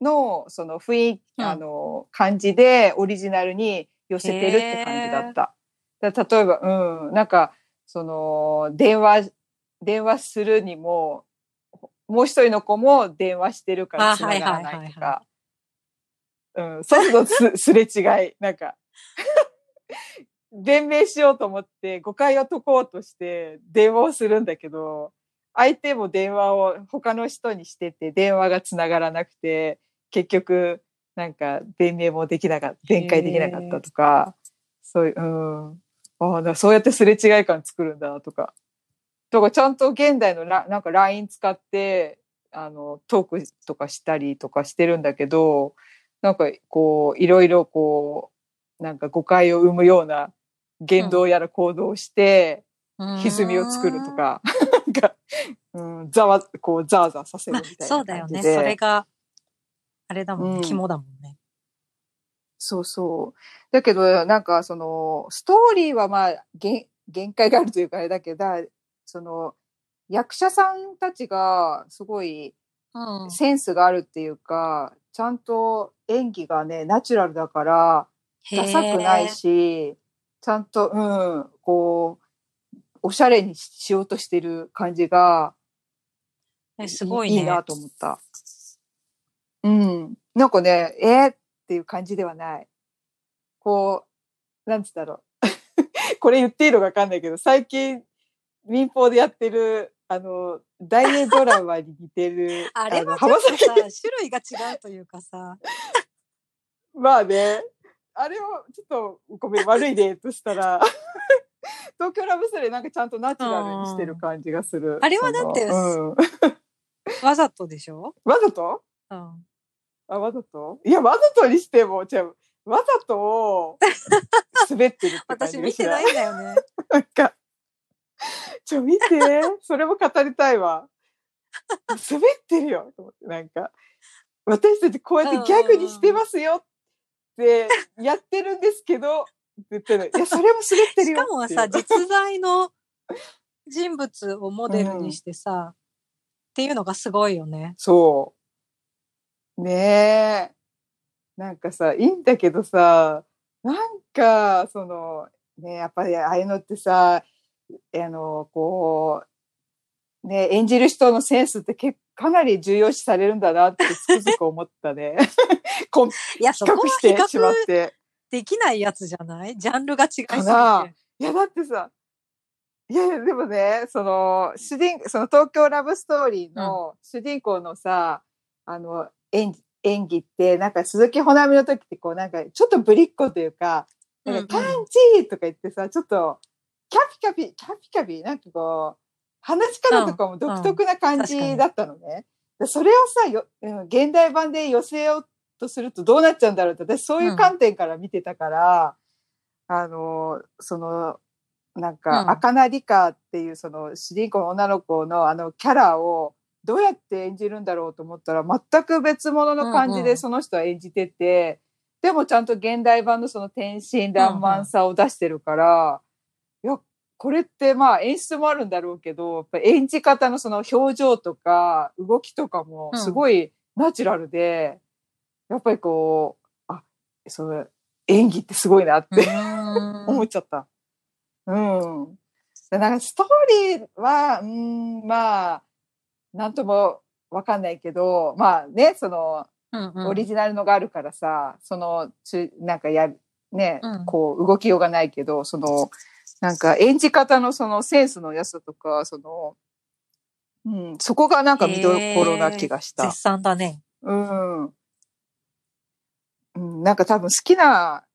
[SPEAKER 1] の、その雰囲気、
[SPEAKER 2] うん
[SPEAKER 1] あの、感じでオリジナルに寄せてるって感じだった。だ例えば、うん、なんか、その、電話、電話するにも、もう一人の子も電話してるから
[SPEAKER 2] あ
[SPEAKER 1] 繋がらないと
[SPEAKER 2] はいはいはいは
[SPEAKER 1] か。うん、そうするとすすれ違い。 なんか、弁明しようと思って誤解を解こうとして電話をするんだけど、相手も電話を他の人にしてて電話が繋がらなくて、結局、なんか弁明もできなかった、弁解できなかったとか、そういう、うん。ああ、だからそうやってすれ違い感作るんだなとか。とか、ちゃんと現代のラなんか LINE 使って、あの、トークとかしたりとかしてるんだけど、なんかこう、いろいろこう、なんか誤解を生むような言動やら行動をして、歪みを作ると。か、なんか、うん、ざわ、こう、ざわざわさせ
[SPEAKER 2] うーん
[SPEAKER 1] る
[SPEAKER 2] まあ
[SPEAKER 1] み、たいな感じで。
[SPEAKER 2] そうだよね。それが、あれだもん
[SPEAKER 1] うん
[SPEAKER 2] ね。肝だもんね。
[SPEAKER 1] そうそう。だけど、なんか、その、ストーリーはまあ、限限界があるというか、あれだけど、その、役者さんたちが、すごい、
[SPEAKER 2] うん。
[SPEAKER 1] センスがあるっていうか、ちゃんと演技がね、ナチュラルだから、ダサくないし、ちゃんと、うん、こう、おしゃれにしようとしてる感じが、
[SPEAKER 2] へー。えすごいね。
[SPEAKER 1] いいなと思った。うん。なんかね、えー、っていう感じではない。こう、 なんつったろう。これ言っていいのかわかんないけど、最近、民放でやってる、あの、大映ドラマに似てる
[SPEAKER 2] 、あれ
[SPEAKER 1] の
[SPEAKER 2] はちょっ
[SPEAKER 1] 浜
[SPEAKER 2] と
[SPEAKER 1] 崎、
[SPEAKER 2] さ、種類が違うというかさ、
[SPEAKER 1] まあね、あれを、ちょっと、ごめん、悪い例とした ら、東京ラブストーリーなんかちゃんとナチュラルにしてる感じがする。
[SPEAKER 2] あれはだって
[SPEAKER 1] その うん、
[SPEAKER 2] わざとでしょ
[SPEAKER 1] わざと
[SPEAKER 2] うん。
[SPEAKER 1] あ、わざといや、わざとにしても、じゃあわざとを滑ってるって感
[SPEAKER 2] 私
[SPEAKER 1] じが
[SPEAKER 2] 見
[SPEAKER 1] して
[SPEAKER 2] ない
[SPEAKER 1] い。
[SPEAKER 2] んだよね。
[SPEAKER 1] なんか、ちょ、見て、それも語りたいわ。滑ってるよ、と思って、なんか、私たちこうやってギャグにしてますよってやってるんですけど、絶対ない。いや、それも滑ってる
[SPEAKER 2] し
[SPEAKER 1] よ
[SPEAKER 2] かも
[SPEAKER 1] っていう
[SPEAKER 2] さ、実在の人物をモデルにしてさ、っていうのがすごいよね。
[SPEAKER 1] そう。ねえ。なんかさ、いいんだけどさ、なんか、その、ねやっぱりああいうのってさ、あの、こう、ね演じる人のセンスって結かなり重要視されるんだなってつくづく思ったね。こん比
[SPEAKER 2] いや、 そこは
[SPEAKER 1] 較し
[SPEAKER 2] 比
[SPEAKER 1] てしまっ
[SPEAKER 2] 較
[SPEAKER 1] て。
[SPEAKER 2] できないやつじゃないジャンルが違いすぎて。
[SPEAKER 1] かないや、だってさ、いやいや、でもね、その、主人、その東京ラブストーリーの主人公のさ、あの、演技、演技って、なんか鈴木保奈美の時ってこう、なんかちょっとぶりっ子というか、
[SPEAKER 2] うんう
[SPEAKER 1] なんんかパンチーとか言ってさ、ちょっと、キャピキャピ、キャピキャピ、なんかこう、話し方とかも独特な感
[SPEAKER 2] うんうん
[SPEAKER 1] じだったのね。でそれをさよ、うん現代版で寄せようとするとどうなっちゃうんだろうって、私そういう観点から見てたから、あの、その、なん
[SPEAKER 2] うん
[SPEAKER 1] か、赤なりかっていう、その主人公の女の子のあのキャラをどうやって演じるんだろうと思ったら、全く別物の感じ
[SPEAKER 2] うんう
[SPEAKER 1] で
[SPEAKER 2] ん
[SPEAKER 1] その人は演じてて、でもちゃんと現代版のその天真爛漫さを出してるから、いや、これってまあ演出もあるんだろうけど、やっぱ演じ方のその表情とか動きとかも
[SPEAKER 2] うん
[SPEAKER 1] すごいナチュラルで、やっぱりこう、あ、その演技ってすごいなって 思っちゃった。うん。でなんかストーリーは、うん、まあ、なんともわかんないけど、まあね、その、
[SPEAKER 2] うんうん
[SPEAKER 1] オリジナルのがあるからさ、その、ちゅなんかや、ね、
[SPEAKER 2] うん
[SPEAKER 1] こう動きようがないけど、その、なんか演じ方のそのセンスの良さとか、その、うん、そこがなんか見どころな気がした。
[SPEAKER 2] 絶賛だね。
[SPEAKER 1] うん。うん、なんか多分好きな、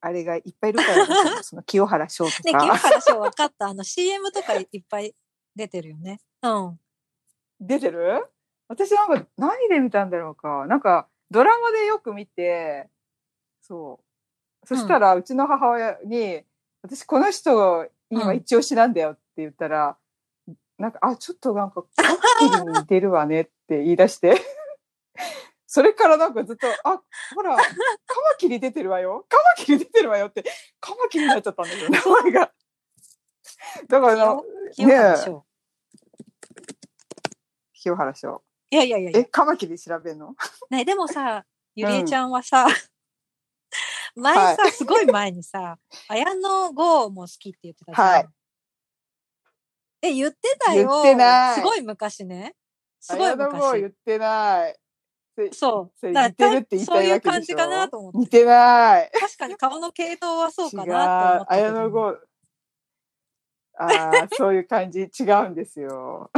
[SPEAKER 1] あれがいっぱいいるからね、そのその清原翔と
[SPEAKER 2] ね、清
[SPEAKER 1] か。
[SPEAKER 2] 原翔分かった。あの CM とかいっぱい出てるよね。うん。
[SPEAKER 1] 出てる私なんか何で見たんだろうか。なんかドラマでよく見て、そう。そしたらうちの母親に、私この人今一押しなんだよって言ったら、なんか、あ、ちょっとなんか、カッキリに似てるわねって言い出して。 それからなんかずっと、あ、ほら、カマキリ出てるわよ。カマキリ出てるわよって、カマキリになっちゃったんだけど、名前が。だからな、
[SPEAKER 2] 清原翔。
[SPEAKER 1] 清原翔。
[SPEAKER 2] いやいやいやいや
[SPEAKER 1] え、カマキリ調べんの
[SPEAKER 2] ね、でもさ、ゆりえちゃんはさ、 前さ、
[SPEAKER 1] は
[SPEAKER 2] すごい前 にさ、綾野剛も好きって言ってたじゃん。
[SPEAKER 1] はい
[SPEAKER 2] え、言ってたよ。
[SPEAKER 1] 言ってない
[SPEAKER 2] すごい昔ね。すごい
[SPEAKER 1] 綾野剛言
[SPEAKER 2] 昔
[SPEAKER 1] っ。てない。
[SPEAKER 2] そう。
[SPEAKER 1] それ
[SPEAKER 2] だ
[SPEAKER 1] 似てるって言い
[SPEAKER 2] そう
[SPEAKER 1] たい
[SPEAKER 2] い
[SPEAKER 1] わ
[SPEAKER 2] う
[SPEAKER 1] け
[SPEAKER 2] 感
[SPEAKER 1] でし
[SPEAKER 2] じ
[SPEAKER 1] ょ
[SPEAKER 2] かなと思っ
[SPEAKER 1] 似
[SPEAKER 2] て。
[SPEAKER 1] てない。
[SPEAKER 2] 確かに顔の系統はそう
[SPEAKER 1] 違
[SPEAKER 2] か
[SPEAKER 1] う。
[SPEAKER 2] なと思ったけど。
[SPEAKER 1] 綾野剛。あ あ、そういう感じ違うんですよ。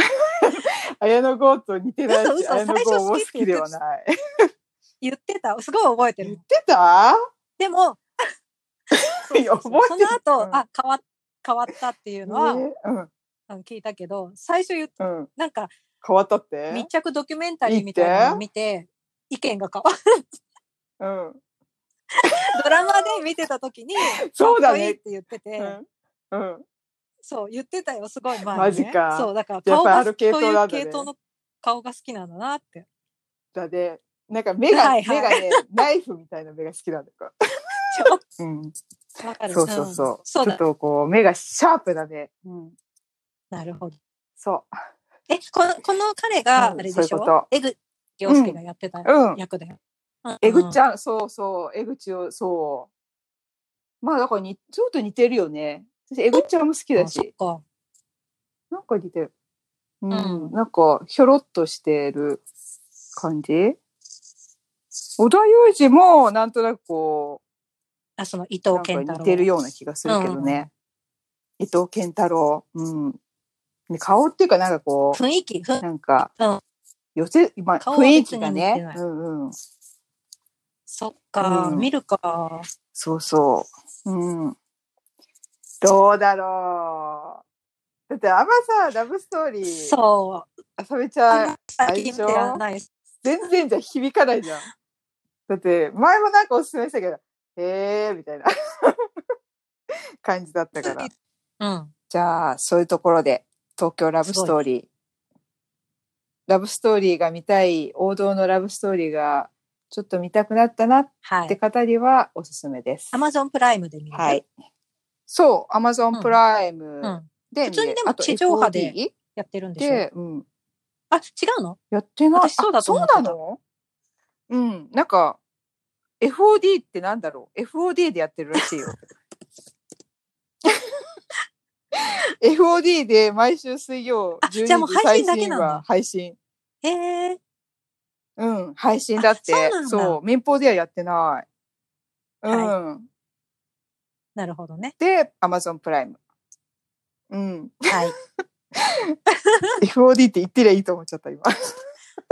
[SPEAKER 1] 綾野剛と似てない
[SPEAKER 2] 嘘
[SPEAKER 1] し、
[SPEAKER 2] 嘘
[SPEAKER 1] 綾野剛も
[SPEAKER 2] 最初好
[SPEAKER 1] 好
[SPEAKER 2] きって
[SPEAKER 1] きではない。
[SPEAKER 2] 言ってた。すごい覚えて
[SPEAKER 1] 言っ
[SPEAKER 2] る。
[SPEAKER 1] てた
[SPEAKER 2] でも、そうそう
[SPEAKER 1] 覚え
[SPEAKER 2] そう
[SPEAKER 1] てる
[SPEAKER 2] その後、
[SPEAKER 1] うん
[SPEAKER 2] あ、変わっ変わったっていう
[SPEAKER 1] え
[SPEAKER 2] のは、
[SPEAKER 1] ーうん、
[SPEAKER 2] あの聞いたけど、最初言っ
[SPEAKER 1] うん。
[SPEAKER 2] なんか
[SPEAKER 1] 変わったって
[SPEAKER 2] 密着ドキュメンタリーみたいなのを見て、意見が変わる。
[SPEAKER 1] うん。うん。
[SPEAKER 2] ドラマで見てた時に、
[SPEAKER 1] そうだ
[SPEAKER 2] かっ
[SPEAKER 1] ね
[SPEAKER 2] こいいって言ってて、
[SPEAKER 1] うん。
[SPEAKER 2] そう、言ってたよ、すごい前に、ね。
[SPEAKER 1] マジか
[SPEAKER 2] そう、だから
[SPEAKER 1] やっ
[SPEAKER 2] 顔
[SPEAKER 1] ぱ
[SPEAKER 2] が、
[SPEAKER 1] ある系統
[SPEAKER 2] そうい
[SPEAKER 1] な
[SPEAKER 2] うん
[SPEAKER 1] だね
[SPEAKER 2] 系統の顔が好きなんだなって。
[SPEAKER 1] だで、なんか目が、
[SPEAKER 2] はいはい
[SPEAKER 1] 目がね、ナイフみたいな目が好きなんだよ。うん。
[SPEAKER 2] わかる。
[SPEAKER 1] そうそうそう。
[SPEAKER 2] んそう
[SPEAKER 1] ちょっ
[SPEAKER 2] だ。
[SPEAKER 1] とこう、目がシャープだね。うん。
[SPEAKER 2] なるほど。
[SPEAKER 1] そ
[SPEAKER 2] え、この、この彼が、あ
[SPEAKER 1] うん
[SPEAKER 2] れでし
[SPEAKER 1] そういうこ
[SPEAKER 2] ょ
[SPEAKER 1] と
[SPEAKER 2] 江口洋介がやってた
[SPEAKER 1] う。うん。
[SPEAKER 2] 役だよ。
[SPEAKER 1] えぐち
[SPEAKER 2] ゃん。
[SPEAKER 1] ゃん、そうそう、えぐちを、そう。まあだからに、ちょっと似てるよね。私、えぐちゃんも好きだ
[SPEAKER 2] あそっ
[SPEAKER 1] し、
[SPEAKER 2] か。
[SPEAKER 1] なんか似てる。うん。
[SPEAKER 2] うん
[SPEAKER 1] なんか、ひょろっとしてる感じ小田裕二も、なんとなくこ
[SPEAKER 2] あ、その伊
[SPEAKER 1] う、
[SPEAKER 2] 藤
[SPEAKER 1] なん
[SPEAKER 2] 健太
[SPEAKER 1] か似
[SPEAKER 2] 郎。
[SPEAKER 1] てるような気がするけどね。伊藤健太郎。うん。ね顔っていうか、なんかこう、
[SPEAKER 2] 雰囲気、雰囲
[SPEAKER 1] なんか
[SPEAKER 2] うん、
[SPEAKER 1] 寄せ、まあ、
[SPEAKER 2] 顔は別
[SPEAKER 1] 雰
[SPEAKER 2] に
[SPEAKER 1] 囲気が
[SPEAKER 2] 似て
[SPEAKER 1] ね
[SPEAKER 2] な。い
[SPEAKER 1] うんうん。
[SPEAKER 2] そっか、
[SPEAKER 1] うん
[SPEAKER 2] 見るか。
[SPEAKER 1] そうそう。うん。どうだろう。だってあんまさ、ラブストーリー、
[SPEAKER 2] そう。
[SPEAKER 1] あさめちゃん、
[SPEAKER 2] 最近見てやんないです。
[SPEAKER 1] 全然じゃ響かないじゃん。だって、前もなんかおすすめしたけど、えーみたいな感じだったから。
[SPEAKER 2] うん。
[SPEAKER 1] じゃあ、そういうところで、東京ラブストーリー。ラブストーリーが見たい、王道のラブストーリーが、ちょっと見たくなったなっ
[SPEAKER 2] は
[SPEAKER 1] て
[SPEAKER 2] い。
[SPEAKER 1] 方にはおすすめです。
[SPEAKER 2] アマゾンプライムで見る。
[SPEAKER 1] はい。。そう、アマゾ
[SPEAKER 2] う
[SPEAKER 1] ン
[SPEAKER 2] ん
[SPEAKER 1] プライ
[SPEAKER 2] う
[SPEAKER 1] ム
[SPEAKER 2] ん。
[SPEAKER 1] で見れる、
[SPEAKER 2] 普通にでも
[SPEAKER 1] あと
[SPEAKER 2] 地上波で
[SPEAKER 1] FOD
[SPEAKER 2] やってるんでしょ。
[SPEAKER 1] で、うん、
[SPEAKER 2] あ、違うの
[SPEAKER 1] やってない。
[SPEAKER 2] 私そうだと思ってた
[SPEAKER 1] あそうなのうん、なんか、FOD ってなんだろう ?FOD でやってるらしいよ。FOD で毎週水曜
[SPEAKER 2] あ
[SPEAKER 1] 12
[SPEAKER 2] じゃあもう
[SPEAKER 1] 時
[SPEAKER 2] 配
[SPEAKER 1] 最
[SPEAKER 2] 信だけ
[SPEAKER 1] 新
[SPEAKER 2] なんだ
[SPEAKER 1] は配信。
[SPEAKER 2] へえ。
[SPEAKER 1] うん、配信だって。
[SPEAKER 2] あそうなんだ
[SPEAKER 1] そう、民放ではやってない。うん。
[SPEAKER 2] なるほどね。
[SPEAKER 1] で、Amazon プライム。うん。
[SPEAKER 2] はい。
[SPEAKER 1] FOD って言ってりゃいいと思っちゃった、今。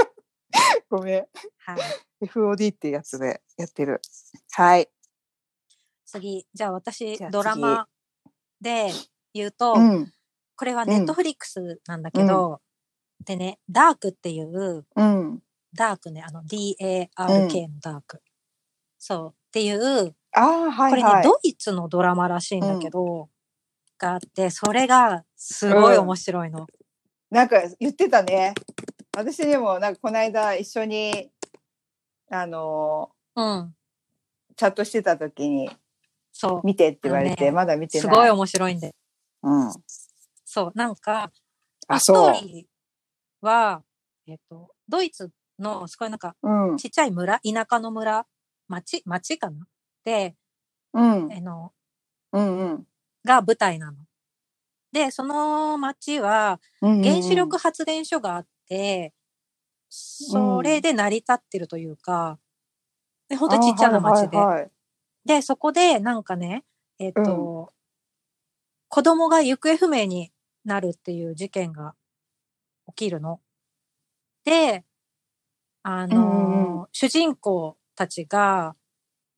[SPEAKER 1] ごめん。
[SPEAKER 2] はい。
[SPEAKER 1] FOD ってやつでやってる。はい。
[SPEAKER 2] 次。じゃあ私
[SPEAKER 1] じゃ、あ次
[SPEAKER 2] ドラマで言うと、
[SPEAKER 1] うん。
[SPEAKER 2] これは
[SPEAKER 1] うん
[SPEAKER 2] ネットフリックスなんだけど、でね、ダークっていう、
[SPEAKER 1] うん。
[SPEAKER 2] ダークね、あの、D-A-R-K のダーク。そう。っていう、
[SPEAKER 1] ああ、は
[SPEAKER 2] これ
[SPEAKER 1] い
[SPEAKER 2] ね、
[SPEAKER 1] はい。
[SPEAKER 2] ドイツのドラマらしいんだけど、があって、それがすごい面白いの。
[SPEAKER 1] なんか言ってたね。私にも、なんかこの間一緒に、あの
[SPEAKER 2] うん。
[SPEAKER 1] チャットしてた時に、
[SPEAKER 2] そう。
[SPEAKER 1] 見てって言われ
[SPEAKER 2] あの
[SPEAKER 1] て、
[SPEAKER 2] ね
[SPEAKER 1] まだ見てない。
[SPEAKER 2] すごい面白いんで。
[SPEAKER 1] うん。
[SPEAKER 2] そう。なんか、
[SPEAKER 1] あ、
[SPEAKER 2] スト
[SPEAKER 1] そう
[SPEAKER 2] ー。リーは、えっ、と、ドイツのすごいなんか
[SPEAKER 1] うん。
[SPEAKER 2] ちっちゃい村、田舎の村、町、町かなで、
[SPEAKER 1] うん。
[SPEAKER 2] あの、
[SPEAKER 1] うんうん。
[SPEAKER 2] が舞台なの。で、その町は
[SPEAKER 1] うんうん
[SPEAKER 2] 原子力発電所があって、それで成り立ってるというか、で本当にちっちゃな町で
[SPEAKER 1] あ。はいはいはい
[SPEAKER 2] で、そこでなんかね、えっと、子供が行方不明になるっていう事件が起きるの。で、あ
[SPEAKER 1] うんうん
[SPEAKER 2] の、主人公たちが、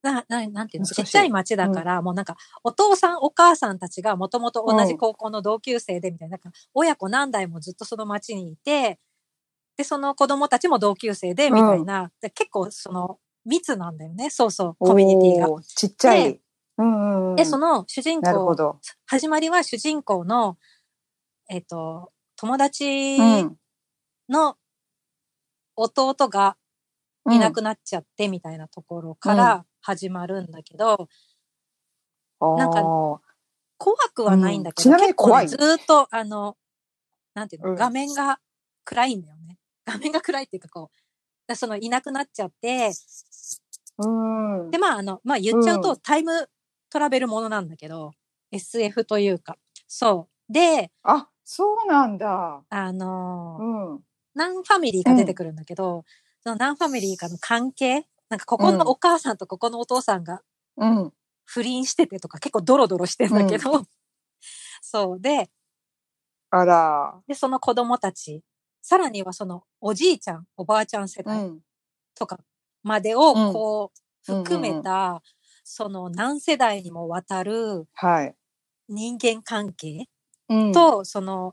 [SPEAKER 2] な、な、なんていうの
[SPEAKER 1] 難し
[SPEAKER 2] ち
[SPEAKER 1] い
[SPEAKER 2] っちゃい町だから、もうなんか、お父さんお母さんたちがもともと同じ高校の同級生でみたいな、なんか、親子何代もずっとその町にいて、で、その子供たちも同級生で、みたいな、で結構その、密なんだよね、そうそう、コミュニティが。
[SPEAKER 1] おーちっちゃい。うんうんうん。
[SPEAKER 2] で、その主人
[SPEAKER 1] なるほ
[SPEAKER 2] 公、
[SPEAKER 1] ど。
[SPEAKER 2] 始まりは主人公の、えっ、と、友達
[SPEAKER 1] うん。
[SPEAKER 2] の弟がいなく
[SPEAKER 1] な
[SPEAKER 2] なっちゃってみたいなところから始まるんだけど、なんか怖くはないんだけど、
[SPEAKER 1] うんちなみに怖い
[SPEAKER 2] 結構ねずーっと、あの、なんていうの、
[SPEAKER 1] うん
[SPEAKER 2] 画面が暗いんだよね。 画面が暗いっていうかこう、だそのいなくなっちゃって、
[SPEAKER 1] うん。
[SPEAKER 2] で、まあ、あの、まあ、言っちゃうと、
[SPEAKER 1] うん
[SPEAKER 2] タイムトラベルものなんだけど、SF というか、そう。で、
[SPEAKER 1] あ、そうなんだ。
[SPEAKER 2] あのー
[SPEAKER 1] うん。
[SPEAKER 2] ナンファミリーが出てくるんだけど、そのナンファミリーがの関係なんかここのお母さんとここのお父さんが
[SPEAKER 1] うん。
[SPEAKER 2] 不倫しててとか結構ドロドロしてんだけど、 そうで
[SPEAKER 1] あら。
[SPEAKER 2] でその子供たちさらにはそのおじいちゃんおばあちゃん世代
[SPEAKER 1] ん。
[SPEAKER 2] とかまでを
[SPEAKER 1] うん
[SPEAKER 2] こう
[SPEAKER 1] うんうんうん
[SPEAKER 2] 含めた、その何世代にもわたる
[SPEAKER 1] はい。
[SPEAKER 2] 人間関係
[SPEAKER 1] うん、
[SPEAKER 2] と、その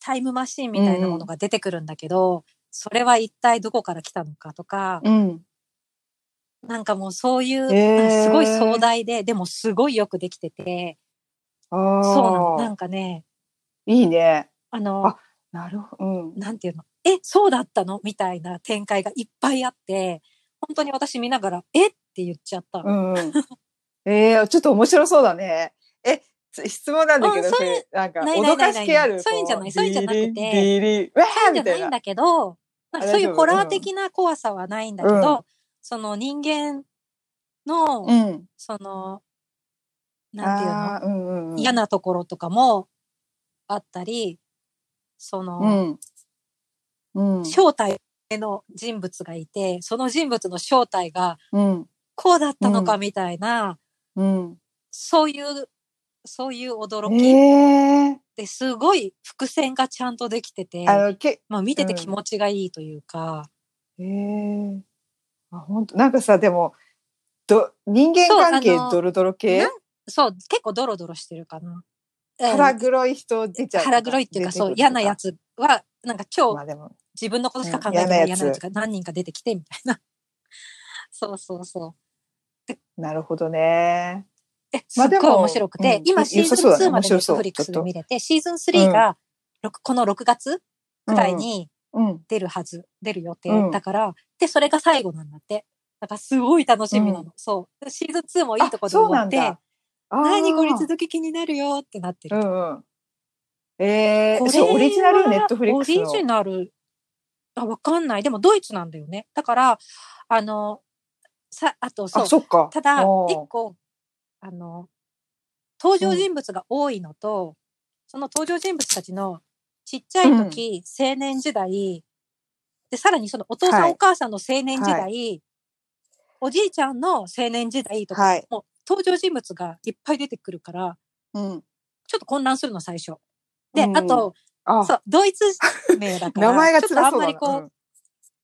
[SPEAKER 2] タイムマシンみたいなものが出てくるんだけど、それは一体どこから来たのかとか、
[SPEAKER 1] うん。
[SPEAKER 2] なんかもうそうい
[SPEAKER 1] へ
[SPEAKER 2] う、
[SPEAKER 1] ー
[SPEAKER 2] なんかすごい壮大で、でもすごいよくできてて、
[SPEAKER 1] あ
[SPEAKER 2] そうなの。
[SPEAKER 1] あ
[SPEAKER 2] なんかね、
[SPEAKER 1] いいね。
[SPEAKER 2] あの、
[SPEAKER 1] あなるほど。うん。
[SPEAKER 2] なんていうの、え、そうだったのみたいな展開がいっぱいあって、本当に私見ながら、えって言っちゃった。
[SPEAKER 1] うんうん。えー、ちょっと面白そうだね。え、つ質問なんだけど、
[SPEAKER 2] うん
[SPEAKER 1] それ、なんか、
[SPEAKER 2] ないない
[SPEAKER 1] 脅
[SPEAKER 2] な
[SPEAKER 1] か
[SPEAKER 2] いない
[SPEAKER 1] し系ある。
[SPEAKER 2] そういうんじゃない
[SPEAKER 1] こ
[SPEAKER 2] そういうんじゃなくて
[SPEAKER 1] ビリビリ、わ
[SPEAKER 2] そう
[SPEAKER 1] ー
[SPEAKER 2] じゃ
[SPEAKER 1] みた
[SPEAKER 2] ないいん
[SPEAKER 1] な。
[SPEAKER 2] だけど、なんかそう
[SPEAKER 1] あ大
[SPEAKER 2] い
[SPEAKER 1] 丈
[SPEAKER 2] う
[SPEAKER 1] 夫
[SPEAKER 2] ホラー的な怖さはないんだけど、その人間の、
[SPEAKER 1] うん。
[SPEAKER 2] その、なんていうの、
[SPEAKER 1] あーうんうんうん。
[SPEAKER 2] 嫌なところとかもあったり、その、
[SPEAKER 1] うん。うん。
[SPEAKER 2] 正体の人物がいて、その人物の正体が
[SPEAKER 1] うん。
[SPEAKER 2] こうだったの
[SPEAKER 1] う
[SPEAKER 2] かみたいな、
[SPEAKER 1] うん。
[SPEAKER 2] そういう、そういう驚きっ
[SPEAKER 1] え
[SPEAKER 2] てすごい伏線がちゃんとできてて
[SPEAKER 1] ー、、あの、け、
[SPEAKER 2] まあ見てて
[SPEAKER 1] うん
[SPEAKER 2] 気持ちがいいというか、
[SPEAKER 1] えー、あ、本当なんかさ、でも、ど、人間関係
[SPEAKER 2] そうあの
[SPEAKER 1] ドロドロ系
[SPEAKER 2] なんそう、結構ドロドロしてるかな。
[SPEAKER 1] 腹
[SPEAKER 2] うん
[SPEAKER 1] 黒い人出ちゃうとか。
[SPEAKER 2] 腹黒いっていうか、
[SPEAKER 1] 出てく
[SPEAKER 2] そう、
[SPEAKER 1] ると
[SPEAKER 2] 嫌なや。つは、なんか超
[SPEAKER 1] まあでも、
[SPEAKER 2] 自分のことしか考えて
[SPEAKER 1] う
[SPEAKER 2] なんい
[SPEAKER 1] 嫌なや
[SPEAKER 2] 嫌
[SPEAKER 1] つ
[SPEAKER 2] なやつが何人か出てきてみたいな。 そうそうそう。
[SPEAKER 1] なるほどね。
[SPEAKER 2] え、す
[SPEAKER 1] まあ
[SPEAKER 2] っ
[SPEAKER 1] で
[SPEAKER 2] ご
[SPEAKER 1] も
[SPEAKER 2] い面白くて、
[SPEAKER 1] うん
[SPEAKER 2] 今
[SPEAKER 1] よ
[SPEAKER 2] シーズ
[SPEAKER 1] 良さそうだね
[SPEAKER 2] ン2までネ
[SPEAKER 1] 面白
[SPEAKER 2] ッ
[SPEAKER 1] そう
[SPEAKER 2] トフリック
[SPEAKER 1] ちょ
[SPEAKER 2] ス
[SPEAKER 1] っ
[SPEAKER 2] で
[SPEAKER 1] と
[SPEAKER 2] 見れて、シーズン3が、ろくこの6月くらいに
[SPEAKER 1] うん。
[SPEAKER 2] 出るはず、出る予
[SPEAKER 1] うん
[SPEAKER 2] 定だから、で、それが最後なんだって。だからすごい楽しみなの。そう。シーズン2もいいとこで終わって、
[SPEAKER 1] ああー
[SPEAKER 2] 何これ続き気になるよってなって
[SPEAKER 1] う
[SPEAKER 2] る。
[SPEAKER 1] んうん。え
[SPEAKER 2] こ
[SPEAKER 1] ー、
[SPEAKER 2] れ
[SPEAKER 1] そう、オリジナル
[SPEAKER 2] は
[SPEAKER 1] ネットフリックスの。
[SPEAKER 2] オリジナル、あ、わかんない。でもドイツなんだよね。だから、あの、さ、あとそう
[SPEAKER 1] あ、、そっか。
[SPEAKER 2] ただ、
[SPEAKER 1] あー
[SPEAKER 2] 一個、あの、登場人物が多いのと、その登場人物たちのちっちゃい時、青年時代、で、さらにそのお父さん、
[SPEAKER 1] はい
[SPEAKER 2] お母さんの青年時代、
[SPEAKER 1] は
[SPEAKER 2] おじいちゃんの青年時代とか、
[SPEAKER 1] はい。
[SPEAKER 2] もう登場人物がいっぱい出てくるから、
[SPEAKER 1] うん。
[SPEAKER 2] ちょっと混乱するの、最初。で、
[SPEAKER 1] うん
[SPEAKER 2] あと、
[SPEAKER 1] あ、
[SPEAKER 2] そう、ドイツ名だか ら、
[SPEAKER 1] 名前が
[SPEAKER 2] ちょっと
[SPEAKER 1] 辛
[SPEAKER 2] あん
[SPEAKER 1] そう
[SPEAKER 2] ま
[SPEAKER 1] だ
[SPEAKER 2] り
[SPEAKER 1] な。
[SPEAKER 2] こう、
[SPEAKER 1] うん